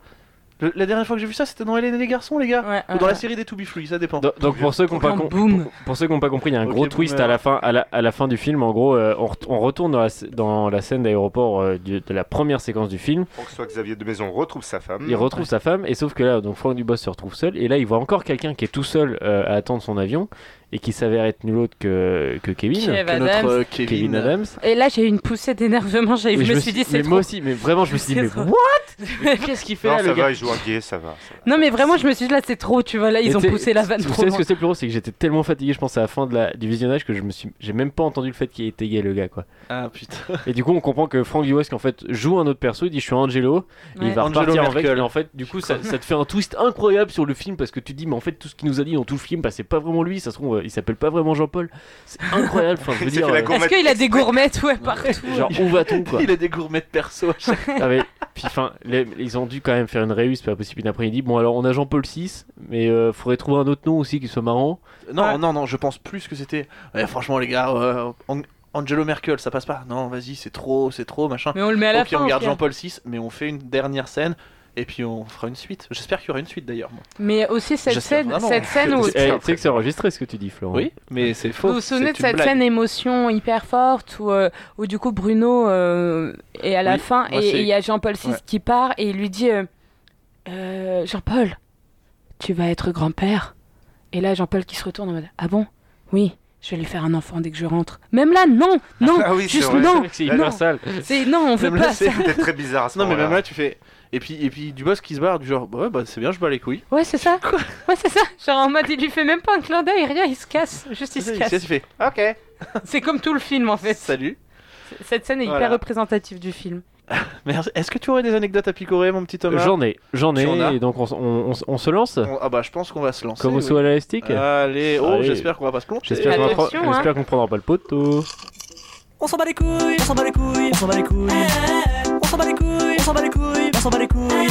Le- La dernière fois que j'ai vu ça, c'était dans Hélène et les garçons, les gars.
Ouais,
Ou dans
ouais.
la série des To Be Free, ça dépend.
Donc, donc pour ceux qui n'ont pas,
En
com-
boom.
pour- pour ceux qui ont pas compris, il y a un
Ok,
gros twist
boomer.
à la fin, à la, à la fin du film. En gros, euh, on, ret- on retourne dans la, sc- dans la scène d'aéroport euh, du- de la première séquence du film.
François Xavier de Maison retrouve sa femme.
Il retrouve sa femme et sauf que là, donc Franck Dubos se retrouve seul et là, il voit encore quelqu'un qui est tout seul euh, à attendre son avion et qui s'avère être nul autre que, que Kevin,
Kev
Que
Adams.
notre euh,
Kevin
Kevin.
Adams.
Et là, j'ai eu une poussée d'énervement. J'ai-
Et
Je, me suis dit, c'est
mais moi
trop.
aussi, mais vraiment, je me suis dit,
C'est
mais
trop.
what Mais Qu'est-ce qu'il fait
Non,
là,
ça
le
va,
gars
il joue un gay, ça va. ça va.
Non, mais vraiment, je me suis dit, là, c'est trop. Tu vois, là, ils
Et
ont
t'sais-
poussé la vanne
Vous
trop
savez ce
loin.
que c'est le plus drôle, c'est que j'étais tellement fatigué, je pense à la fin de la, du visionnage que je me suis, j'ai même pas entendu le fait qu'il était gay le gars quoi.
Ah putain.
Et du coup, on comprend que Frank Dubosc en fait joue un autre perso, il dit je suis Angelo, et il va
Angelo
repartir en
Merkel.
fait. Et en fait, du coup, ça, ça te fait un twist incroyable sur le film parce que tu te dis, mais en fait, tout ce qu'il nous a dit dans tout le film, bah, c'est pas vraiment lui, ça se trouve, euh, il s'appelle pas vraiment Jean-Paul. C'est incroyable, enfin, je veux
Il s'est
dire,
fait la
euh,
Est-ce
gourmette
qu'il a des gourmettes, ouais, partout
genre, où va-t-on quoi
Il a des gourmets de perso. à chaque-
Ah, mais- Puis, enfin, les- ils ont dû quand même faire une réusse, c'est pas possible. Et après, il dit, bon, alors on a Jean-Paul VI, mais euh, faudrait trouver un autre nom aussi qui soit marrant.
non, non, non, je pense plus que c'était. Ouais, franchement, les gars, euh, An- Angelo Merkel, ça passe pas. Non, vas-y, c'est trop, c'est trop, machin.
Mais on le met à la
ok,
fin.
on garde
au pire.
Jean-Paul VI, mais on fait une dernière scène. Et puis on fera une suite. J'espère qu'il y aura une suite d'ailleurs. moi.
Mais aussi cette
J'espère
scène,
vraiment.
cette scène où.
Eh, Tu sais que c'est enregistré ce que tu dis, Florent.
Oui, mais c'est faux.
Vous vous souvenez de
c'est une
cette
blague.
scène émotion hyper forte où, euh, où du coup Bruno euh, est à la
Oui,
fin
moi,
et
c'est-
et il y a Jean-Paul VI
Ouais.
qui part et il lui dit euh, Euh, Jean-Paul, tu vas être grand-père. Et là Jean-Paul qui se retourne en mode Ah bon Oui, je vais lui faire un enfant dès que je rentre. Même là, non, non,
Ah oui, c'est
juste
vrai,
non,
C'est
non.
universal.
c'est non, on veut
Même là,
pas
c'est-
ça.
C'était très bizarre à ce
Non, mais
moment-là.
même là, tu fais. Et puis, et puis Dubosc qui se barre, du genre, bah ouais, bah c'est bien, je bats les couilles.
Ouais, c'est ça. Ouais, c'est ça. Genre en mode, il lui fait même pas un clin d'œil, rien, il se casse. Juste il se
Et
casse.
tu fais, ok,
C'est comme tout le film en fait.
salut.
Cette scène est
Voilà.
hyper représentative du film.
Merci. Est-ce que tu aurais des anecdotes à picorer, mon petit Thomas
J'en ai, j'en
Tu en as
ai, et donc on, s- on- on s- on se lance
On- Ah bah, je pense qu'on va se lancer.
comme au
oui.
saut à l'élastique.
Allez, oh,
Allez.
j'espère qu'on va pas se planter.
J'espère qu'on appre-
Attention, hein.
j'espère qu'on prendra pas le poteau.
On s'en bat les couilles, on s'en bat les couilles, on s'en bat les couilles. On s'en bat les couilles, on s'en bat les couilles, on s'en bat les couilles.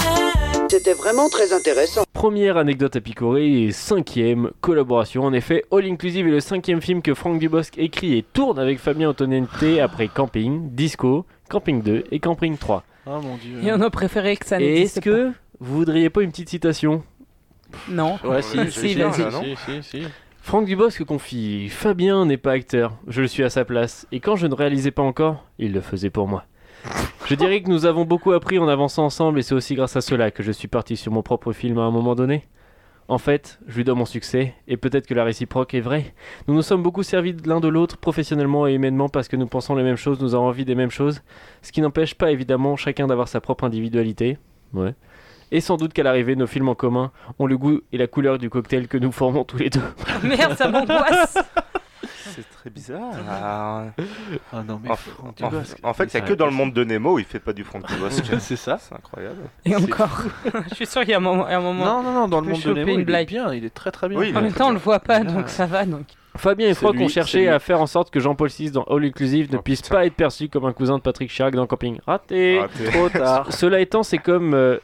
C'était vraiment très intéressant.
Première anecdote à picorer et cinquième collaboration. En effet, All Inclusive est le cinquième film que Franck Dubosc écrit et tourne avec Fabien Antoniente après Camping, Disco, Camping 2 et Camping 3.
Ah mon dieu.
Mm. Et on a préféré que ça
Et
n'existe
est-ce que vous voudriez pas une petite citation
pas. Non.
Ouais, si,
Si,
si,
hein.
vas-y.
si, si, si.
Franck Dubosc confie Fabien n'est pas acteur, je le suis à sa place, et quand je ne réalisais pas encore, il le faisait pour moi. Je dirais que nous avons beaucoup appris en avançant ensemble, et c'est aussi grâce à cela que je suis parti sur mon propre film à un moment donné. En fait, je lui dois mon succès, et peut-être que la réciproque est vraie. Nous nous sommes beaucoup servis de l'un de l'autre, professionnellement et humainement, parce que nous pensons les mêmes choses, nous avons envie des mêmes choses, ce qui n'empêche pas évidemment chacun d'avoir sa propre individualité. Ouais. Et sans doute qu'à l'arrivée, nos films en commun ont le goût et la couleur du cocktail que nous formons tous les deux.
Ah, Merde, ça m'angoisse.
C'est très bizarre.
Ah non, mais
En-
Franck
En,
Dubosc.
en fait, il n'y a que dans le monde de Nemo où il fait pas du front du Bosque.
C'est ça.
C'est incroyable.
Et
C'est
encore. Je suis sûr qu'il y a un moment. il y a un moment-
Non, non, non, dans le
peut
monde de
choper
Nemo,
une
il est
blague.
bien, il est très très bien.
Oui, il
En
est
même temps, on le voit pas,
Ah.
donc ça va. Donc.
Fabien et
C'est
Franck
lui,
ont
c'est
cherché
lui.
à faire en sorte que Jean-Paul VI dans All Inclusive ne
Oh,
puisse
putain.
pas être perçu comme un cousin de Patrick Chirac dans Camping.
Ah,
Raté.
Raté.
Trop tard.
Cela étant, c'est comme euh,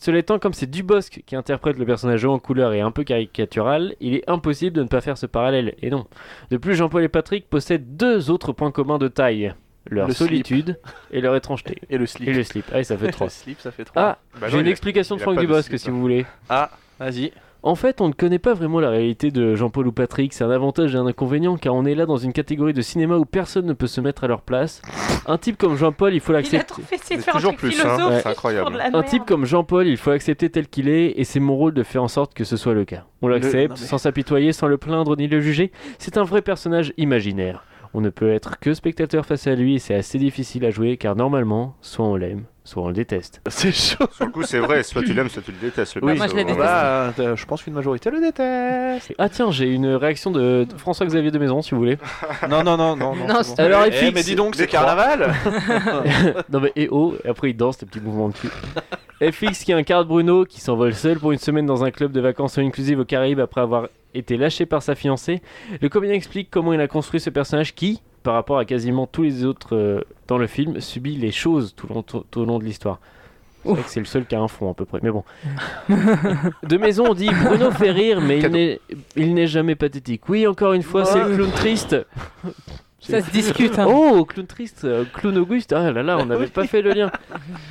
cela étant comme c'est Dubosc qui interprète le personnage haut en couleur et un peu caricatural, il est impossible de ne pas faire ce parallèle. Et non. De plus, Jean-Paul et Patrick possèdent deux autres points communs de taille leur
Le slip.
solitude et leur étrangeté.
Et le slip.
Et le slip. Ah, ça fait trois.
Le slip, ça fait trois.
Ah,
Bah
j'ai
non,
une
il a-
explication de
il a
Franck
pas de
Dubosc
slip,
si
hein.
vous voulez.
Vas-y.
Ah, En fait, on ne connaît pas vraiment la réalité de Jean-Paul ou Patrick, c'est un avantage et un inconvénient car on est là dans une catégorie de cinéma où personne ne peut se mettre à leur place. Un type comme Jean-Paul, il faut
Il a
l'accepter.
trop fait essayer de
Mais
faire un
toujours
truc
plus, hein.
philosophique.
C'est incroyable.
sur de la
Un
merde.
type comme Jean-Paul, il faut accepter tel qu'il est, et c'est mon rôle de faire en sorte que ce soit le cas. On l'accepte,
non, mais-
sans s'apitoyer, sans le plaindre ni le juger. C'est un vrai personnage imaginaire. On ne peut être que spectateur face à lui, et c'est assez difficile à jouer, car normalement, soit on l'aime, soit on le déteste.
C'est chaud.
hein. Sur le coup, c'est vrai, soit tu l'aimes, soit tu le détestes. Le
Oui,
perso.
moi, je l'ai
Ouais.
détesté.
Bah, euh, je pense qu'une majorité le déteste.
Ah tiens, j'ai une réaction de de François-Xavier de Maison, si vous voulez.
Non, non, non, non.
Non,
c'est
c'est-
bon.
Alors,
Eh,
il fixe.
mais dis donc, c'est
Les trois.
carnaval
non mais et oh, et après il danse des petits mouvements de cul. FX qui incarne Bruno qui s'envole seul pour une semaine dans un club de vacances all inclusive aux Caraïbes après avoir été lâché par sa fiancée. Le comédien explique comment il a construit ce personnage qui, par rapport à quasiment tous les autres euh, dans le film, subit les choses tout, le long- tout- tout au long de l'histoire. C'est vrai que c'est le seul qui a un fond à peu près, mais bon. De maison, on dit Bruno fait rire, mais il n'est- il n'est jamais pathétique. Oui, encore une fois, c'est le clown triste.
Ça se discute. hein.
Oh, clown triste, euh, clown Auguste, ah là là, on n'avait pas fait le lien.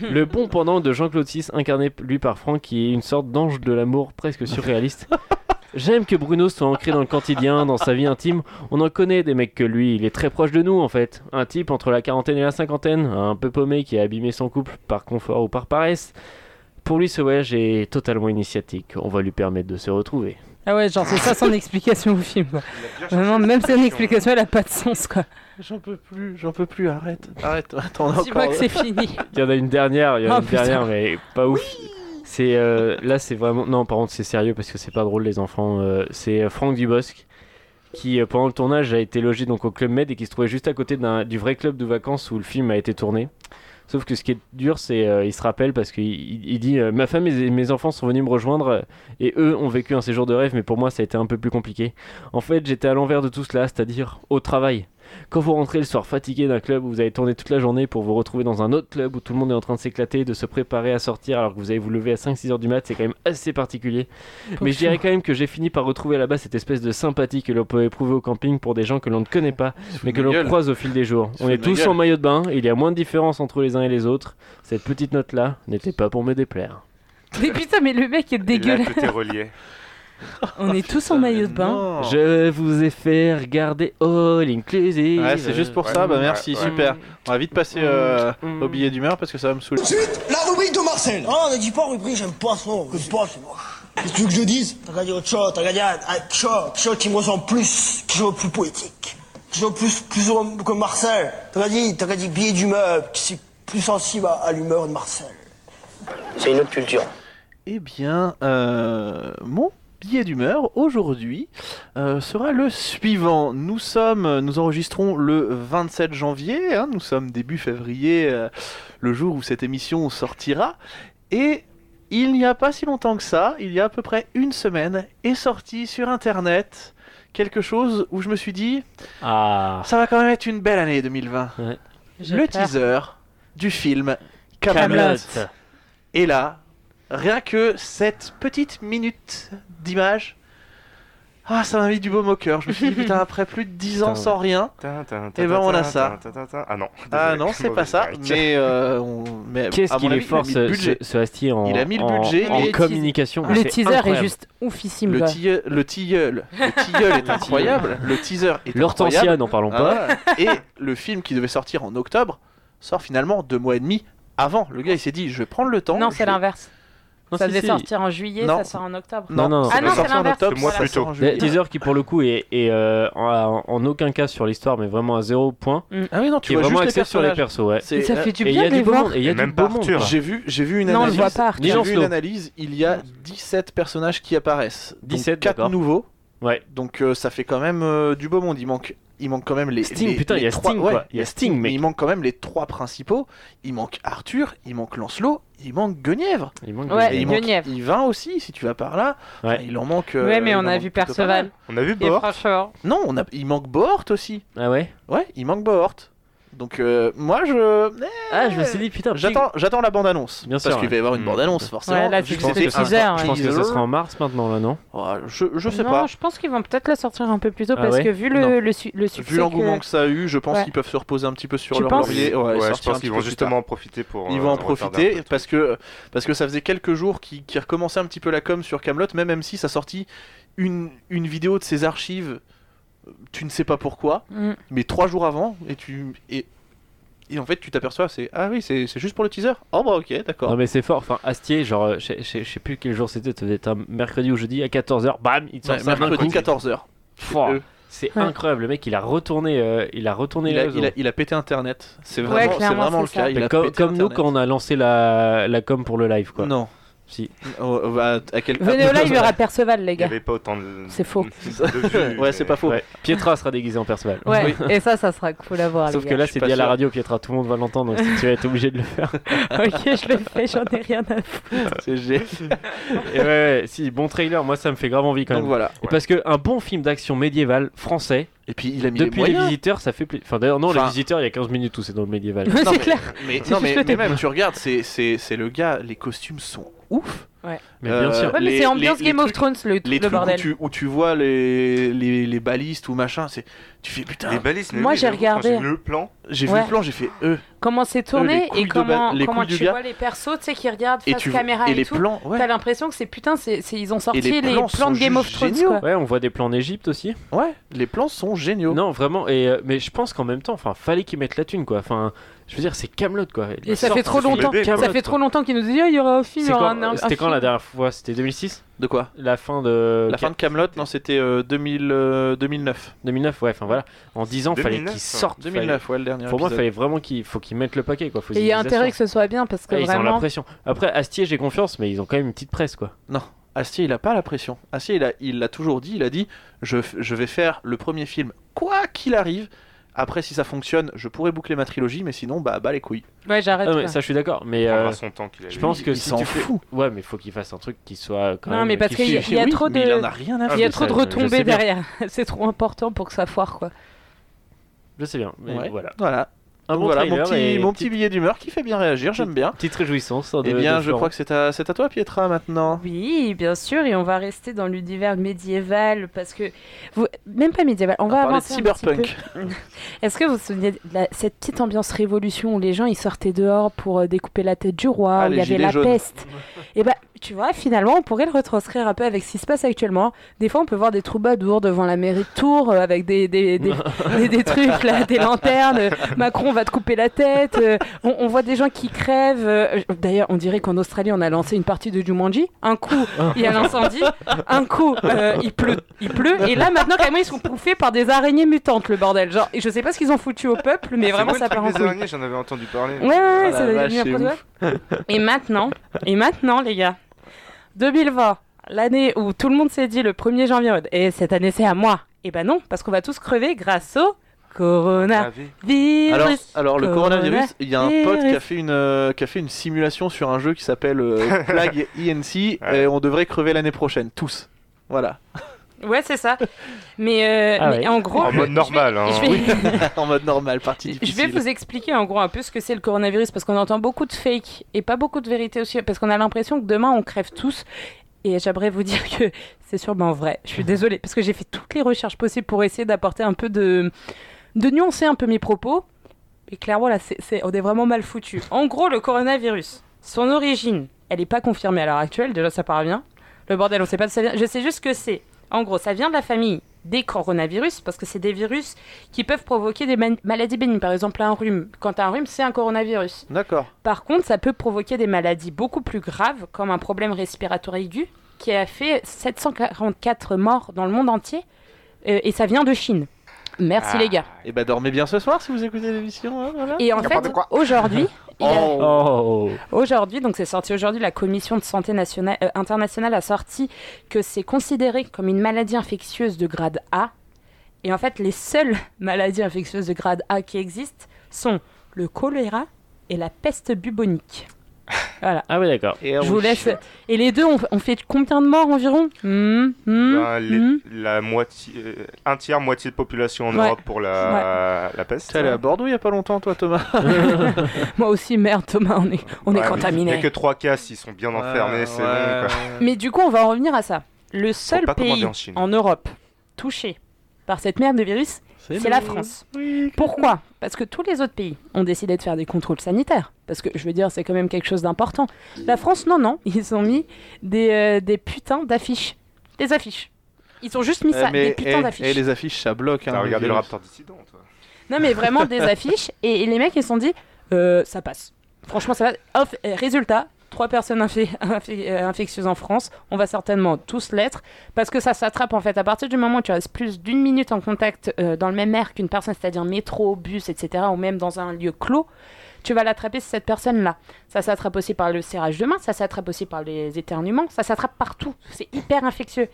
Le bon pendant de Jean-Claude VI, incarné lui par Franck, qui est une sorte d'ange de l'amour presque surréaliste. J'aime que Bruno soit ancré dans le quotidien, dans sa vie intime. On en connaît des mecs que lui, il est très proche de nous en fait. Un type entre la quarantaine et la cinquantaine, un peu paumé qui a abîmé son couple par confort ou par paresse. Pour lui, ce voyage est totalement initiatique. On va lui permettre de se retrouver.
Ah ouais, genre, c'est ça son explication au film. quoi. Vraiment, même son explication, elle a pas de sens, quoi.
J'en peux plus, j'en peux plus, arrête. Arrête, attends, on a
Dis-moi
encore.
que c'est fini.
Il y en a une dernière, il y en a
Ah,
une
putain.
dernière, mais pas ouf. C'est euh, là, c'est vraiment non. Par contre, c'est sérieux parce que c'est pas drôle les enfants. Euh, c'est euh, Franck Dubosc qui, euh, pendant le tournage, a été logé donc au club Med et qui se trouvait juste à côté d'un- du vrai club de vacances où le film a été tourné. Sauf que ce qui est dur, c'est euh, il se rappelle parce qu'il il- il dit euh, ma femme et mes enfants sont venus me rejoindre euh, et eux ont vécu un séjour de rêve, mais pour moi ça a été un peu plus compliqué. En fait, j'étais à l'envers de tout cela, c'est-à-dire au travail. Quand vous rentrez le soir fatigué d'un club où vous avez tourné toute la journée pour vous retrouver dans un autre club où tout le monde est en train de s'éclater, de se préparer à sortir alors que vous allez vous lever à 5-6 heures du mat, c'est quand même assez particulier. Mais je dirais quand même que j'ai fini par retrouver là-bas cette espèce de sympathie que l'on peut éprouver au camping pour des gens que l'on ne connaît pas mais que l'on croise au fil des jours.
Se
On
fout
est
de ma
tous
gueule.
en maillot de bain, il y a moins de différence entre les uns et les autres. Cette petite note-là n'était pas pour me déplaire.
Mais putain, mais le mec est dégueulasse.
Là, tout est relié.
On est tous en maillot de bain.
Oh.
Je vous ai fait regarder All Inclusive.
Ouais, c'est juste pour ça, bah merci, super. On va vite passer euh, au billet d'humeur parce que ça va me saouler.
Ensuite, la rubrique de Marcel.
Ah, on ne dit pas rubrique, j'aime pas ça. J'aime pas, c'est moche.
Qu'est-ce que tu veux que je dise
T'as regardé autre chose, t'as regardé un- un chose, chose qui me ressemble plus, qui soit plus poétique, qui soit plus, plus au- comme Marcel. T'as regardé, t'as regardé billet d'humeur, qui c'est plus sensible à, à l'humeur de Marcel.
C'est une autre culture.
Eh bien, euh, mon billet d'humeur aujourd'hui euh, sera le suivant. Nous sommes, nous enregistrons le 27 janvier, hein, nous sommes début février, euh, le jour où cette émission sortira, et il n'y a pas si longtemps que ça, il y a à peu près une semaine, est sorti sur Internet quelque chose où je me suis dit,
Ah.
ça va quand même être une belle année 2020.
J'ai
Le
peur.
teaser du film Camelot.
Kaamelott.
Et là, rien que cette petite minute d'image, ah, ça m'a mis du beau au cœur. Je me suis dit, putain, après plus de 10 ans
Putain,
sans
ouais.
rien,
Tin, tin, tin,
et ben on
tin,
a ça.
tin, tin, tin. Ah non.
Ah
désolé,
non, c'est
mauvais
pas ça,
direct.
mais, euh, on- mais
Qu'est-ce
à mon
qu'il est
avis, il a
fort
mis
ce,
le budget.
ce- ce Astier en,
Il a mis le
en-
budget,
en
mais-
communication.
Le
C'est
teaser est
incroyable.
juste oufissime.
Le
quoi.
tilleul, le tilleul, le tilleul est incroyable. Le teaser est
L'hortensia,
incroyable.
n'en parlons pas.
Ah, et le film qui devait sortir en octobre sort finalement deux mois et demi avant. Le gars, il s'est dit, je vais prendre le temps.
Non,
je
c'est
vais-
l'inverse.
Non,
ça
si,
devait
si.
sortir en juillet,
Non.
ça sort en octobre.
Non, non,
ah non, c'est l'inverse. voilà.
Le teaser qui, pour le coup, est, est, euh, en, en aucun cas sur l'histoire, mais vraiment à zéro point.
Ah oui, non,
Qui
tu
est
vois
vraiment
juste
axé
les
sur les persos, ouais.
C'est-
Et il y a du beau monde, Et il y a du beau monde.
J'ai vu, j'ai vu une
Non, on le
analyse.
voit pas, Arthur.
J'ai
Ni Jon
vu une
Snow.
analyse. Il y a 17 personnages qui apparaissent. Donc
17,
4
d'accord.
nouveaux.
Ouais.
Donc euh, ça fait quand même euh, du beau monde. Il manque, il manque quand même les.
Sting,
les-
putain,
les
il y a
trois-
Sting,
ouais,
quoi. Il y a Sting,
mais
mec.
il manque quand même les trois principaux. Il manque Arthur, il manque Lancelot, il manque Guenièvre.
Il manque
Ouais,
il manque
Ah, Guenièvre.
Yvain aussi, si tu vas par là. Enfin, Il en manque. euh,
Ouais, mais
il
on
en
a
manque
vu
plutôt pas mal.
Perceval.
On a vu
Et
Bohort.
franchement,
Non, on a... il manque Bohort aussi.
Ah ouais
Ouais, il manque Bohort. Donc euh, moi je...
Ah, je me suis dit, putain,
J'attends, j'attends la bande-annonce.
Bien
Parce
sûr,
qu'il va y
ouais.
avoir une
Mm.
bande-annonce, forcément.
Ouais, là,
vu
tu
que
sais
c'était
que ça
un
sera-
Je pense que ça
teaser.
sera en mars maintenant, là, non
Ouais, je, je sais
non,
pas.
je pense qu'ils vont peut-être la sortir un peu plus tôt
Ah
parce
ouais
que vu le,
Non.
le, su- le succès.
Vu l'engouement
que-
que... ça a eu, je pense
Ouais.
qu'ils peuvent se reposer un petit peu sur
Tu
leur
penses
laurier. Ouais,
Ouais,
et
je
sortir
pense
un
qu'ils
petit
vont
peu plus
justement
tard.
en profiter pour,
Ils
euh,
vont en
retarder un
profiter parce que, parce que ça faisait quelques jours qu'ils qu'ils recommençaient un petit peu la com sur Camelot, même, même si ça sortit une, une vidéo de ses archives, euh, tu ne sais pas pourquoi,
Mm.
mais trois jours avant, et tu. Et, et en fait, tu t'aperçois, c'est ah oui, c'est c'est juste pour le teaser. Oh bah ok, d'accord.
Non mais c'est fort, enfin Astier, genre euh, je je- je- je sais plus quel jour c'était, peut-être un mercredi ou jeudi à 14h, bam, il te sort
Ouais,
ça d'un
mercredi
coup.
14h.
Pouah,
Euh.
C'est
Ouais.
incroyable, le mec il a retourné, euh, il a retourné
Il
les
a,
réseaux.
il a- il a pété internet. C'est
Ouais,
vraiment, c'est
clairement,
vraiment le
c'est ça.
cas. Il
Mais
a
comme
pété
comme nous
Internet.
quand on a lancé la, la com pour le live quoi.
Non.
Si.
Oh, oh, bah, à quel...
Venez au live, il y aura Perceval, les
Il n'y
gars.
avait pas autant de.
C'est faux.
ouais, c'est pas faux.
Pietra sera déguisée en Perceval.
Ouais, et ça, ça sera cool à voir.
Sauf
les
que
gars.
là
je suis
c'est
pas
dit à la
sûr.
radio Pietra, tout le monde va l'entendre, donc tu vas être obligé de le faire.
ok, je le fais, j'en ai rien à foutre.
C'est génial.
Et ouais, ouais, si, bon trailer, moi ça me fait grave envie quand
Donc
même.
voilà.
Et Parce que un bon film d'action médiéval français.
Et puis il a mis les
Depuis les,
moyens.
visiteurs, ça fait plaisir. Enfin d'ailleurs, non,
Enfin-
les visiteurs, il y a 15 minutes où c'est dans le médiéval.
Non, mais- Mais, non, mais,
le
mais
début.
même, tu regardes, c'est- c'est c'est le gars, les costumes sont ouf.
Ouais.
Mais
Euh,
bien sûr.
Ouais, mais
les-
c'est ambiance
les-
Game
les
of
trucs-
Thrones, le,
Les
le
trucs
bordel.
Où, tu, où tu vois les, les, les balises ou machin, c'est tu fais putain.
Les balises, mais
Moi,
oui,
j'ai
j'avoue, quand
regardé.
J'ai vu le plan.
J'ai vu
Ouais.
le plan, j'ai fait eux.
Comment c'est
Euh, les
tourné
couilles
et
de
comment,
ba- les
comment
couilles
tu
du gars.
vois les persos, tu sais, qui regardent
Et
face
tu vois-
caméra
et
et,
les
tout.
plans, ouais.
T'as l'impression que c'est putain, c'est, c'est- ils ont sorti les,
sont
de Game of
juste
Thrones.
géniaux.
Quoi.
Ouais, on voit des plans en Égypte aussi.
Ouais, les plans sont géniaux.
Non, vraiment. Et euh, mais je pense qu'en même temps, enfin, fallait qu'ils mettent la thune, quoi. Enfin, je veux dire, c'est Camelot, quoi.
Et ça fait trop longtemps, ça fait trop longtemps qu'ils nous disent Ah, il y aura un film. il y
C'était
aura
quand,
un- un
c'était quand
film.
la dernière fois C'était 2006
De quoi
La fin de.
La fin de Camelot, non, c'était euh, 2000, euh, 2009.
2009, ouais. Enfin voilà. En 10 ans, fallait
2009,
qu'ils sortent.
2009,
fallait-
ouais, le dernier
Pour moi,
épisode.
fallait vraiment qu'il faut qu'ils mettent le paquet, quoi. Faut
Et il y a
qu'ils aient
intérêt
ça.
que ce soit bien parce que
Ah, ils ont la
vraiment.
pression. Après, Astier, j'ai confiance, mais ils ont quand même une petite presse, quoi.
Non, Astier, il a pas la pression. Astier, il a- il l'a toujours dit, il a dit je, f- je vais faire le premier film, quoi qu'il arrive. Après, si ça fonctionne, je pourrais boucler ma trilogie, mais sinon, bah, bah les couilles.
Ouais, j'arrête.
Ah, mais
quoi.
ça, je suis d'accord. Mais
Il prendra
euh,
son temps qu'il a
je
eu.
pense que
Il
si
s'en
tu fais-
fout.
Ouais, mais faut qu'il fasse un truc qui soit. Quand
Non,
même-
mais parce
qui
qu'il y, a-
suive.
il y a
Oui,
trop de.
mais il en a rien à
Il y a
foutre,
trop de
ça, je- je sais
retombées
bien.
derrière. C'est trop important pour que ça foire, quoi.
Je sais bien, mais
Ouais,
voilà.
Voilà.
Un
Donc
bon
voilà, mon
trailer
petit,
et
mon petit billet d'humeur qui fait bien réagir, j'aime bien.
Petite réjouissance. hein, de-
Eh bien,
de
je
Florent.
crois que c'est à, c'est à toi, Pietra, maintenant.
Oui, bien sûr, et on va rester dans l'univers médiéval parce que vous... même pas médiéval, on, va
parlait de
avancer un petit
cyberpunk.
peu. Est-ce que vous vous souvenez de la- cette petite ambiance révolution où les gens ils sortaient dehors pour euh, découper la tête du roi,
Ah,
où
les
il y avait
gilets
la
jaunes.
peste Et bah, tu vois, finalement, on pourrait le retranscrire un peu avec ce qui se passe actuellement. Des fois, on peut voir des troubadours devant la mairie de Tours euh, avec des des, des, des- des trucs là, des lanternes. euh, Macron va te couper la tête. euh, on, on voit des gens qui crèvent. euh, D'ailleurs, on dirait qu'en Australie, on a lancé une partie de Jumanji. Un coup, il y a l'incendie. Un coup, euh, il pleut, il pleut. Et là, maintenant, carrément, ils sont bouffés par des araignées mutantes, le bordel. Genre, et je sais pas ce qu'ils ont foutu au peuple, mais
C'est
vraiment,
quoi le
ça
truc
part en
des
couille.
araignées J'en avais entendu parler.
Ouais, ouais, ouais,
Ah
ça
la
va
vache,
devenir
c'est
un produit.
ouf.
Et maintenant, et maintenant, les gars, 2020, l'année où tout le monde s'est dit le 1er janvier, en mode, et cette année c'est à moi. Et ben non, parce qu'on va tous crever grâce au bah. coronavirus.
Alors, alors le coronavirus, il y a un pote qui a
Coronavirus.
fait une, euh, qui a fait une simulation sur un jeu qui s'appelle euh, Plague INC et on devrait crever l'année prochaine, tous. Voilà.
Ouais, c'est ça. Mais, euh, mais en gros,
En mode normal. hein.
je vais-
en mode normal, partie
Je
difficile.
vais vous expliquer en gros un peu ce que c'est le coronavirus parce qu'on entend beaucoup de fake et pas beaucoup de vérité aussi parce qu'on a l'impression que demain on crève tous et j'aimerais vous dire que c'est sûrement vrai. Je suis désolée parce que j'ai fait toutes les recherches possibles pour essayer d'apporter un peu de de nuancer un peu mes propos et clairement là c'est c'est- on est vraiment mal foutu. En gros le coronavirus, son origine, elle n'est pas confirmée à l'heure actuelle, déjà ça part bien. Le bordel, on sait pas de ça vient. Je sais juste ce que c'est. En gros, ça vient de la famille des coronavirus, parce que c'est des virus qui peuvent provoquer des man- maladies bénignes. Par exemple, un rhume. Quand t'as un rhume, c'est un coronavirus.
D'accord.
Par contre, ça peut provoquer des maladies beaucoup plus graves, comme un problème respiratoire aigu, qui a fait 744 morts dans le monde entier, euh, et ça vient de Chine. Merci les gars.
Et bah dormez bien ce soir si vous écoutez l'émission. hein, voilà.
Et en fait, aujourd'hui, il y a-
Oh.
Aujourd'hui, donc c'est sorti aujourd'hui, la Commission de santé nationale, euh, internationale a sorti que c'est considéré comme une maladie infectieuse de grade A. Et en fait, les seules maladies infectieuses de grade A qui existent sont le choléra et la peste bubonique. Voilà.
Ah oui, d'accord.
Je vous laisse. Et les deux, on, on fait combien de morts environ Hmm, hmm,
Ben, les-
hmm.
la moitié, euh, un tiers, moitié de population en
Ouais.
Europe pour la, la peste.
T'es allé à Bordeaux il y a pas longtemps, toi, Thomas.
Moi aussi, merde, Thomas, on est, on est
Ouais, Il n'y a
contaminés.
que trois cas, ils sont bien enfermés, c'est
ouais.
bon. quoi.
Mais du coup, on va en revenir à ça. Le seul
pas commander
pays
en Chine.
en Europe touché par cette merde de virus,
C'est
c'est la
nous.
France. Pourquoi Parce que tous les autres pays ont décidé de faire des contrôles sanitaires. Parce que, je veux dire, c'est quand même quelque chose d'important. La France, non, non, ils ont mis des, euh, des putains d'affiches. Des affiches. Ils ont juste mis
Eh,
ça,
mais-
des putains
eh,
d'affiches.
eh, les affiches, ça bloque. hein,
T'as
le
regardé le
virus.
Raptor dissident, toi.
Non, mais vraiment des affiches. Et, et les mecs, ils se sont dit, euh, ça passe. Franchement, ça va. Off- euh, résultat, trois personnes infé- infé- euh, infectieuses en France. On va certainement tous l'être. Parce que ça s'attrape, en fait. À partir du moment où tu restes plus d'une minute en contact euh, dans le même air qu'une personne, c'est-à-dire métro, bus, etc., ou même dans un lieu clos, tu vas l'attraper, cette personne-là. Ça s'attrape aussi par le serrage de main, ça s'attrape aussi par les éternuements, ça s'attrape partout. C'est hyper infectieux.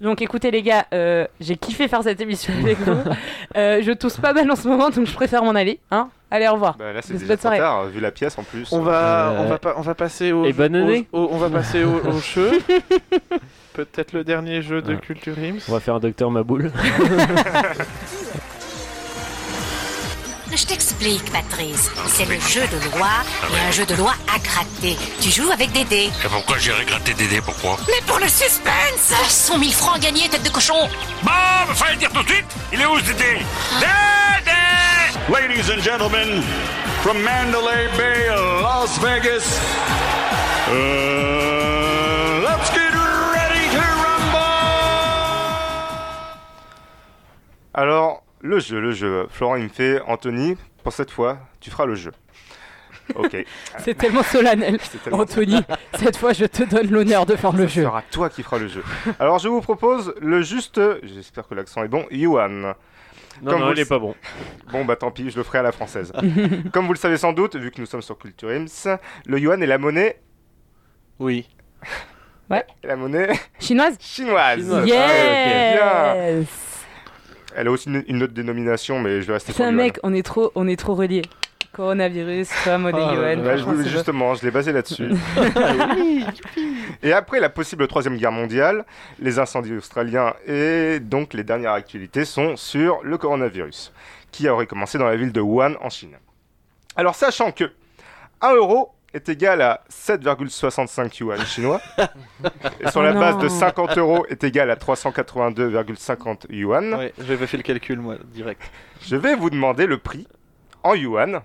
Donc écoutez les gars, euh, j'ai kiffé faire cette émission avec vous. Euh, je tousse pas mal en ce moment, donc je préfère m'en aller. Hein Allez, au revoir.
Bah, là, c'est
Bonne
déjà trop
soirée.
tard, vu la pièce en plus.
On va,
Euh,
on va pas, on va passer au.
Et bonne année.
au- au- on va passer au, au jeu. Peut-être le dernier jeu de Culture Ims.
On va faire un docteur Maboule.
Je t'explique, Patrice. C'est le jeu de loi et un jeu de loi à gratter. Tu joues avec des dés.
Et pourquoi j'irai gratter des dés Pourquoi
Mais pour le suspense 100 000 francs gagnés, tête de cochon
Bah, il fallait le dire tout de suite Il est où ce dé
Ladies and gentlemen, from Mandalay Bay, Las Vegas, uh, let's get ready to
Alors, le jeu, le jeu. Florent, il me fait Anthony, pour cette fois, tu feras le jeu. Ok.
C'est tellement solennel.
tellement-
Anthony, cette fois, je te donne l'honneur de faire le jeu.
sera toi qui feras le jeu. Alors je vous propose le juste, j'espère que l'accent est bon, Yuan.
Non, non,
vous
il
le-
est pas bon.
Bon bah tant pis, je le ferai à la française. Comme vous le savez sans doute, vu que nous sommes sur Culture Ims, le yuan est la monnaie...
Oui.
Ouais.
La monnaie...
Chinoise
Chinoise.
Chinoise. Ah,
Ah,
Yes
ouais, ok. Bien. Elle a aussi une, une autre dénomination, mais je vais rester sur
Putain,
le yuan.
mec, on est trop, on est trop reliés. Coronavirus, femme, monnaie
Ah,
yuan.
bah, je
franchement,
vous-
c'est bon.
justement, je l'ai basé là-dessus. et après la possible troisième guerre mondiale, les incendies australiens et donc les dernières actualités sont sur le coronavirus, qui aurait commencé dans la ville de Wuhan en Chine. Alors, sachant que 1 euro est égal à 7,65 yuan chinois, et sur la
Non.
base de 50 euros est égal à 382,50 yuan,
Ouais, j'avais fait le calcul, moi, direct.
je vais vous demander le prix, en yuan,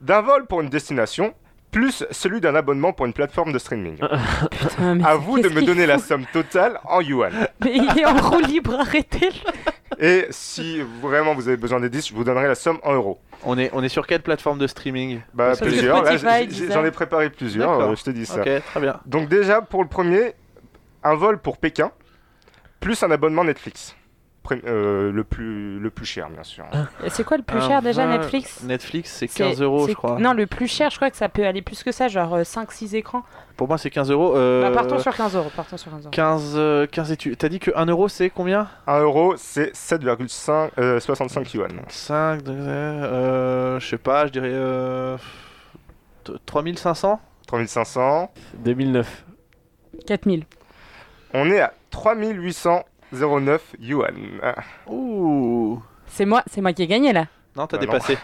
d'un vol pour une destination, plus celui d'un abonnement pour une plateforme de streaming.
Ah,
à vous de
qu'est-ce
me
qu'il
donner la
fout
somme totale en yuan.
Mais il est en roue libre, arrêtez-le.
Et si vraiment vous avez besoin d'indices, je vous donnerai la somme en euros.
On est, on est sur quelle plateforme de streaming
Bah,
Parce que
plusieurs. Là,
Spotify,
j'ai- j'ai-
Deezer.
j'en ai préparé plusieurs,
D'accord.
euh, je te dis ça.
Ok, très bien.
Donc déjà, pour le premier, un vol pour Pékin, plus un abonnement Netflix. Pré- euh, le, plus, le plus cher, bien sûr.
Ah.
Et c'est quoi le plus
Un
cher déjà,
vingt-
Netflix
Netflix, c'est 15 euros,
c'est-
je crois.
Non, le plus cher, je crois que ça peut aller plus que ça, genre 5-6 écrans.
Pour moi, c'est 15 euros. euh,
Bah, partons sur 15 euros, partons sur 15 euros.
15, euh, 15 et tu... T'as dit que 1 euro, c'est combien
1 euro, c'est 7,65 euh, 65 yuan.
5, euh, je sais pas, je dirais euh, t- 3500
3500.
2009.
4000.
On est à 3809 yuan.
Ouh.
C'est moi, c'est moi qui ai gagné là.
Non, t'as
Ah non.
dépassé.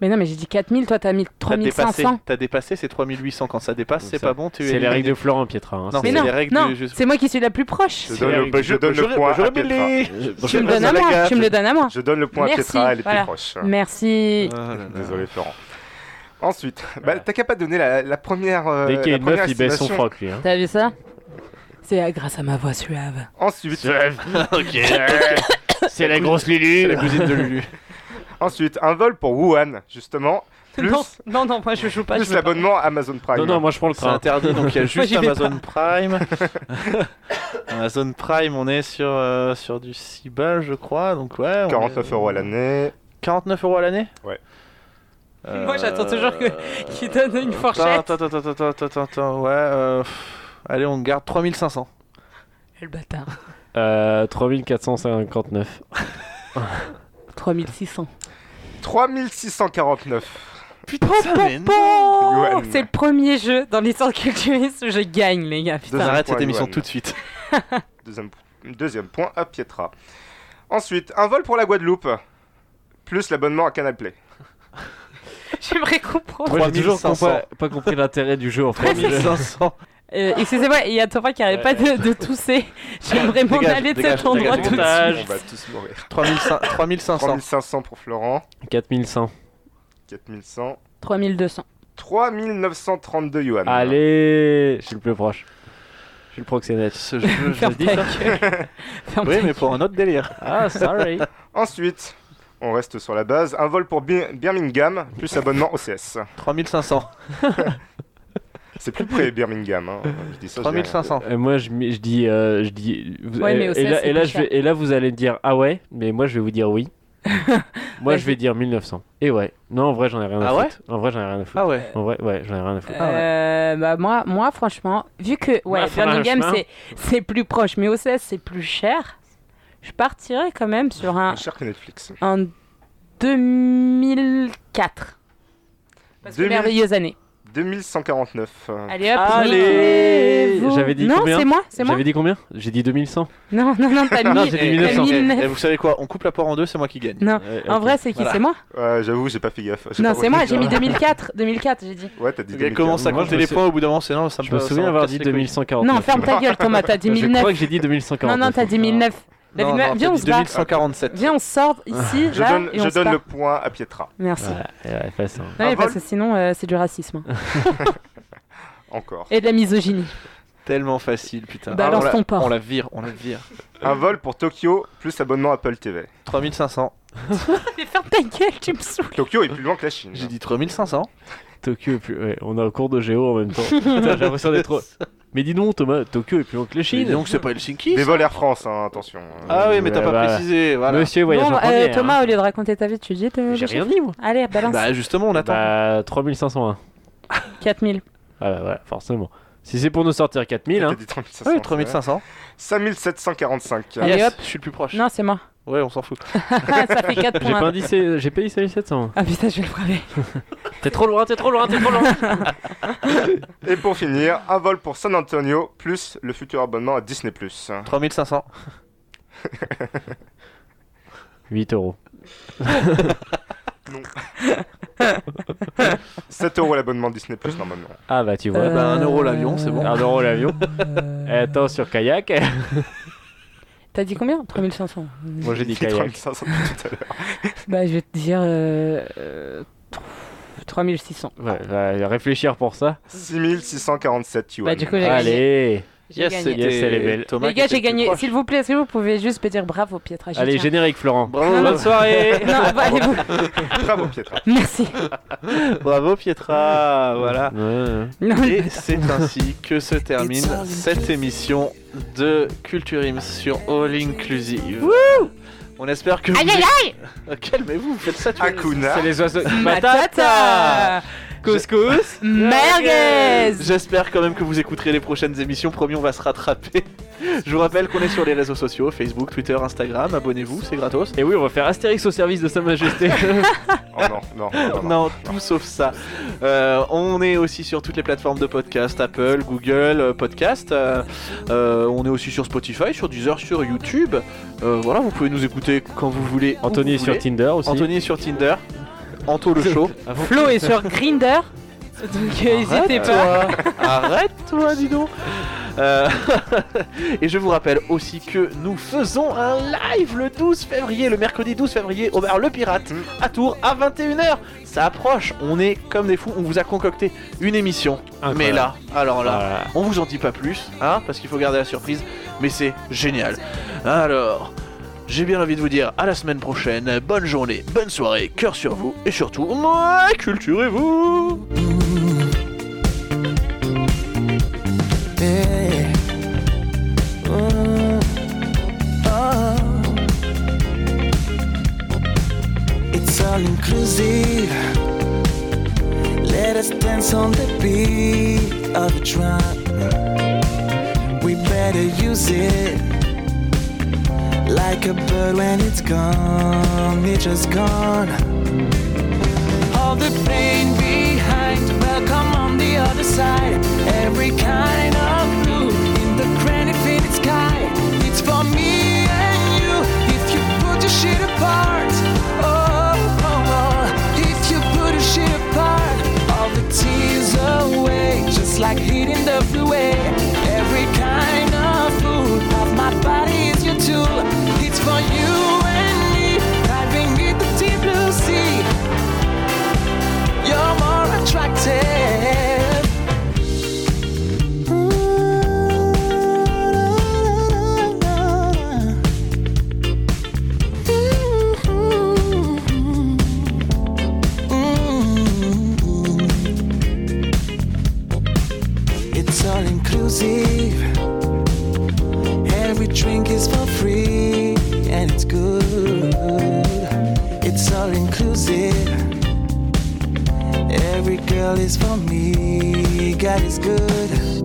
Mais non, mais j'ai dit 4000, toi t'as mis
T'as dépassé.
3500.
T'as dépassé, c'est 3800. Quand ça dépasse, c'est
ça-
pas bon. tu es
C'est les
éliminé.
règles de Florent Pietra. hein,
Non, mais
c'est-
non, les règles
Non,
du jeu.
c'est moi qui suis la plus proche.
Je donne le, je donne le
j'aurais-
point à
j'aurais
Pietra.
mêlé.
Euh,
Je-
Tu me donnes à
la
moi,
gaffe.
tu me le donnes à moi.
Je donne le point à
Merci,
Pietra, elle est
voilà. Oh
plus proche.
Merci.
Euh. Ah
Désolé Florent. Ensuite, bah, t'as qu'à pas donner la, la première. euh,
Dès qu'il y
la
a une meuf,
première
il baisse son
estimation.
froc, lui. hein.
T'as vu ça C'est euh, grâce à ma voix suave.
Ensuite.
Ok. C'est la grosse Lulu.
C'est la cousine de Lulu.
Ensuite, un vol pour Wuhan, justement. Plus,
Non, non, non, moi je joue pas. je
plus
veux pas.
l'abonnement Amazon Prime.
Non, non, moi je prends le
C'est
train.
interdit, donc il y a
Moi,
juste
j'y vais
Amazon Prime. Amazon Prime, on est sur, euh, sur du 6 balles, je crois. Donc ouais. on est-
49 euros à l'année.
49 euros à l'année Euh,
Ouais.
Moi, j'attends toujours que- qu'il donne une fourchette.
Attends, attends, attends, attends, attends, attends, ouais. euh, pff, Allez, on garde 3500.
Eh, Le bâtard.
Euh, 3459.
3600.
3649.
Putain,
mais
Johan.
C'est le premier jeu dans l'histoire culturiste où je gagne, les gars.
On
Putain.
arrête
point,
cette émission
Johan.
tout de suite.
Deuxième, deuxième point à Pietra. Ensuite, un vol pour la Guadeloupe. Plus l'abonnement à Canal Play.
J'aimerais comprendre.
Moi j'ai toujours
3500.
compa- pas compris l'intérêt du jeu en fait.
3500.
Euh, Excusez-moi, il y a Thomas qui arrête pas de, de tousser. J'aimerais m'en
Dégage,
aller de
dégage,
cet endroit
dégage,
tout de
dégage.
suite.
Âge.
On va tous mourir.
3500. 3500.
3500 pour Florent.
4100.
4100.
3200.
3932
Ah,
yuan.
Allez, je suis le plus proche. Je suis le proxénète.
Ce jeu, je le dis ça.
ta gueule. Ferme
Oui,
ta
mais pour un autre délire.
Ah, sorry.
Ensuite, on reste sur la base. Un vol pour Bir- Birmingham, plus abonnement OCS.
3500.
C'est plus près Birmingham. hein. Je dis ça, je dis rien.
3500.
Et moi je, mi- je dis. euh, je dis vous- euh,
Ouais, mais au
et,
CS,
là,
c'est
et, là,
plus
je vais- et là vous allez me dire ah ouais, mais moi je vais vous dire oui. moi je vais dire 1900. Et ouais. Non, en vrai j'en ai rien à
Ah ouais
foutre. En vrai j'en ai rien à foutre.
Ah ouais.
En vrai, ouais, j'en ai rien à foutre.
Ah ouais.
Euh, bah moi, moi, franchement, vu que ouais,
Moi,
Birmingham
franchement.
c'est c'est plus proche, mais OCS c'est plus cher, je partirais quand même sur un,
Moins cher que Netflix.
un 2004. Parce que
2000
merveilleuse année.
2149. euh,
Allez hop,
Allez
niquez-vous.
J'avais dit
Non,
combien
c'est moi, c'est moi.
J'avais dit combien J'ai dit 2100.
Non, non, non, t'as mis.
Non, j'ai dit
t'as
1900.
mis
Et-
neuf.
et Eh, vous savez quoi On coupe la poire en deux, c'est moi qui gagne.
Non,
Ouais,
Ah, en
ok.
vrai, c'est qui
Voilà.
C'est moi
ouais, J'avoue, j'ai pas fait gaffe. J'ai
Non,
pas
c'est moi,
retenu.
j'ai mis 2004. 2004, j'ai dit.
Ouais, t'as dit
Il commence à
Moi, je
compter
me
les
sou-
points au bout d'un moment, c'est non, ça
Je me souviens avoir dit 2149.
Non, ferme ta gueule, Thomas, t'as dit
Je crois
1900.
que j'ai dit 2149.
Non, non, t'as dit 1009. David,
Non,
viens,
non,
viens,
t'as
on
dit
se bat.
2147.
Viens, on sort ici,
Je
là,
donne,
et
je
on se
donne
bat.
le point à Pietra.
Merci.
Ouais, ouais, fais ça.
Non, mais
Un
parce que
vol.
sinon, euh, c'est du racisme.
Encore.
Et de la misogynie.
Tellement facile,
Ah,
putain.
Balance
on la-
ton porc.
On la vire, on la vire.
Un vol pour Tokyo, plus abonnement Apple TV.
3500.
Mais ferme ta gueule, tu me saoules.
Tokyo est plus loin que la Chine.
J'ai dit 3500.
Tokyo est plus. Ouais, on a un cours de géo en même temps. Putain, J'ai l'impression d'être. Mais dis donc, Thomas, Tokyo est plus loin que la
Mais
Chine.
donc c'est pas Helsinki.
Des
ça
vols Air France, hein, attention.
Ah oui, mais t'as
Ouais,
pas
voilà.
précisé. Voilà.
Monsieur voyage
Bon,
en
euh,
première.
Thomas,
hein.
au lieu de raconter ta vie, tu dis. de-
J'ai rien dit, moi.
Allez, balance.
Bah justement, on attend.
Bah, 3501.
4000.
Ah bah, ouais, forcément. Si c'est pour nous sortir 4000,
T'as
hein.
dit 3500.
Ah
oui, 3500.
5745.
Allez,
Yes,
hop.
je suis le plus proche.
Non, c'est moi.
Ouais, on s'en fout.
ça fait 4
hein. J'ai pas
points.
indicé, j'ai payé 700.
Ah putain, je vais le braver.
T'es trop loin, t'es trop loin, t'es trop loin.
Et pour finir, un vol pour San Antonio, plus le futur abonnement à Disney.
3500.
8 euros.
Non. 7 euros l'abonnement Disney Plus normalement.
Ah bah tu vois.
Euh, bah, un euro l'avion, c'est bon.
Un euro l'avion. Eh, Attends, sur kayak.
T'as dit combien 3500.
Moi j'ai dit
J'ai
kayak.
3500 depuis tout à l'heure.
Bah, je vais te dire. euh, euh, 3600.
Ouais, va réfléchir pour ça.
6647 yuan.
Bah, du coup, j'ai
Allez.
J'ai
Yes,
gagné.
yes, elle est belle.
Les gars, j'ai gagné. S'il vous plaît, est-ce que vous pouvez juste me dire bravo, Pietra je
Allez,
tiens.
générique, Florent.
Bravo.
Bonne soirée.
Non, bah, allez-vous.
Bravo Pietra.
Merci.
Bravo Pietra, voilà. Et c'est ainsi que se termine
It's all
cette émission de Culture Ims sur All Inclusive. On espère que.
Aïe,
vous-
aïe, aïe
Ah, Calmez-vous, vous faites ça tout
Hakuna.
C'est les oiseaux.
Matata.
Couscous
Merguez.
J'espère quand même que vous écouterez les prochaines émissions, promis on va se rattraper. Je vous rappelle qu'on est sur les réseaux sociaux, Facebook, Twitter, Instagram, abonnez-vous, c'est gratos.
Et oui, on va faire Astérix au service de Sa Majesté.
Oh non, non, non, non.
Non, tout sauf ça. Euh, on est aussi sur toutes les plateformes de podcast, Apple, Google, euh, Podcast. Euh, euh, on est aussi sur Spotify, sur Deezer, sur YouTube. Euh, voilà, vous pouvez nous écouter quand vous voulez. où
Anthony
vous
est sur
voulez.
Tinder aussi. Ah
Anthony est sur Tinder. Anto le show.
Flo est sur Grinder. Donc, euh, n'hésitez pas.
Arrête-toi, arrête-toi, dis donc. Euh, et je vous rappelle aussi que nous faisons un live le 12 février, le mercredi 12 février, au bar Le Pirate, à Tours, à 21h. Ça approche, on est comme des fous, on vous a concocté une émission. Mais là, alors là,
Voilà.
on vous en dit pas plus, hein, parce qu'il faut garder la surprise, mais c'est génial. Alors, j'ai bien envie de vous dire à la semaine prochaine, bonne journée, bonne soirée, cœur sur vous, et surtout, mouah, culturez-vous
Hey. Mm. Oh. It's all inclusive. Let us dance on the beat of the drum. We better use it like a bird when it's gone. It's just gone. All the pain behind, welcome on the other side. Every kind of blue in the granite faded sky. It's for me and you if you put your shit apart. Oh, oh, oh. if you put your shit apart. All the tears away, just like heating the blue way. Every kind of food of my body is your tool. It's for you and me, diving in the deep blue sea you're more attractive. Mm-hmm. It's all inclusive. Every drink is for free and it's good. It's all inclusive. Every girl is for me. God is good.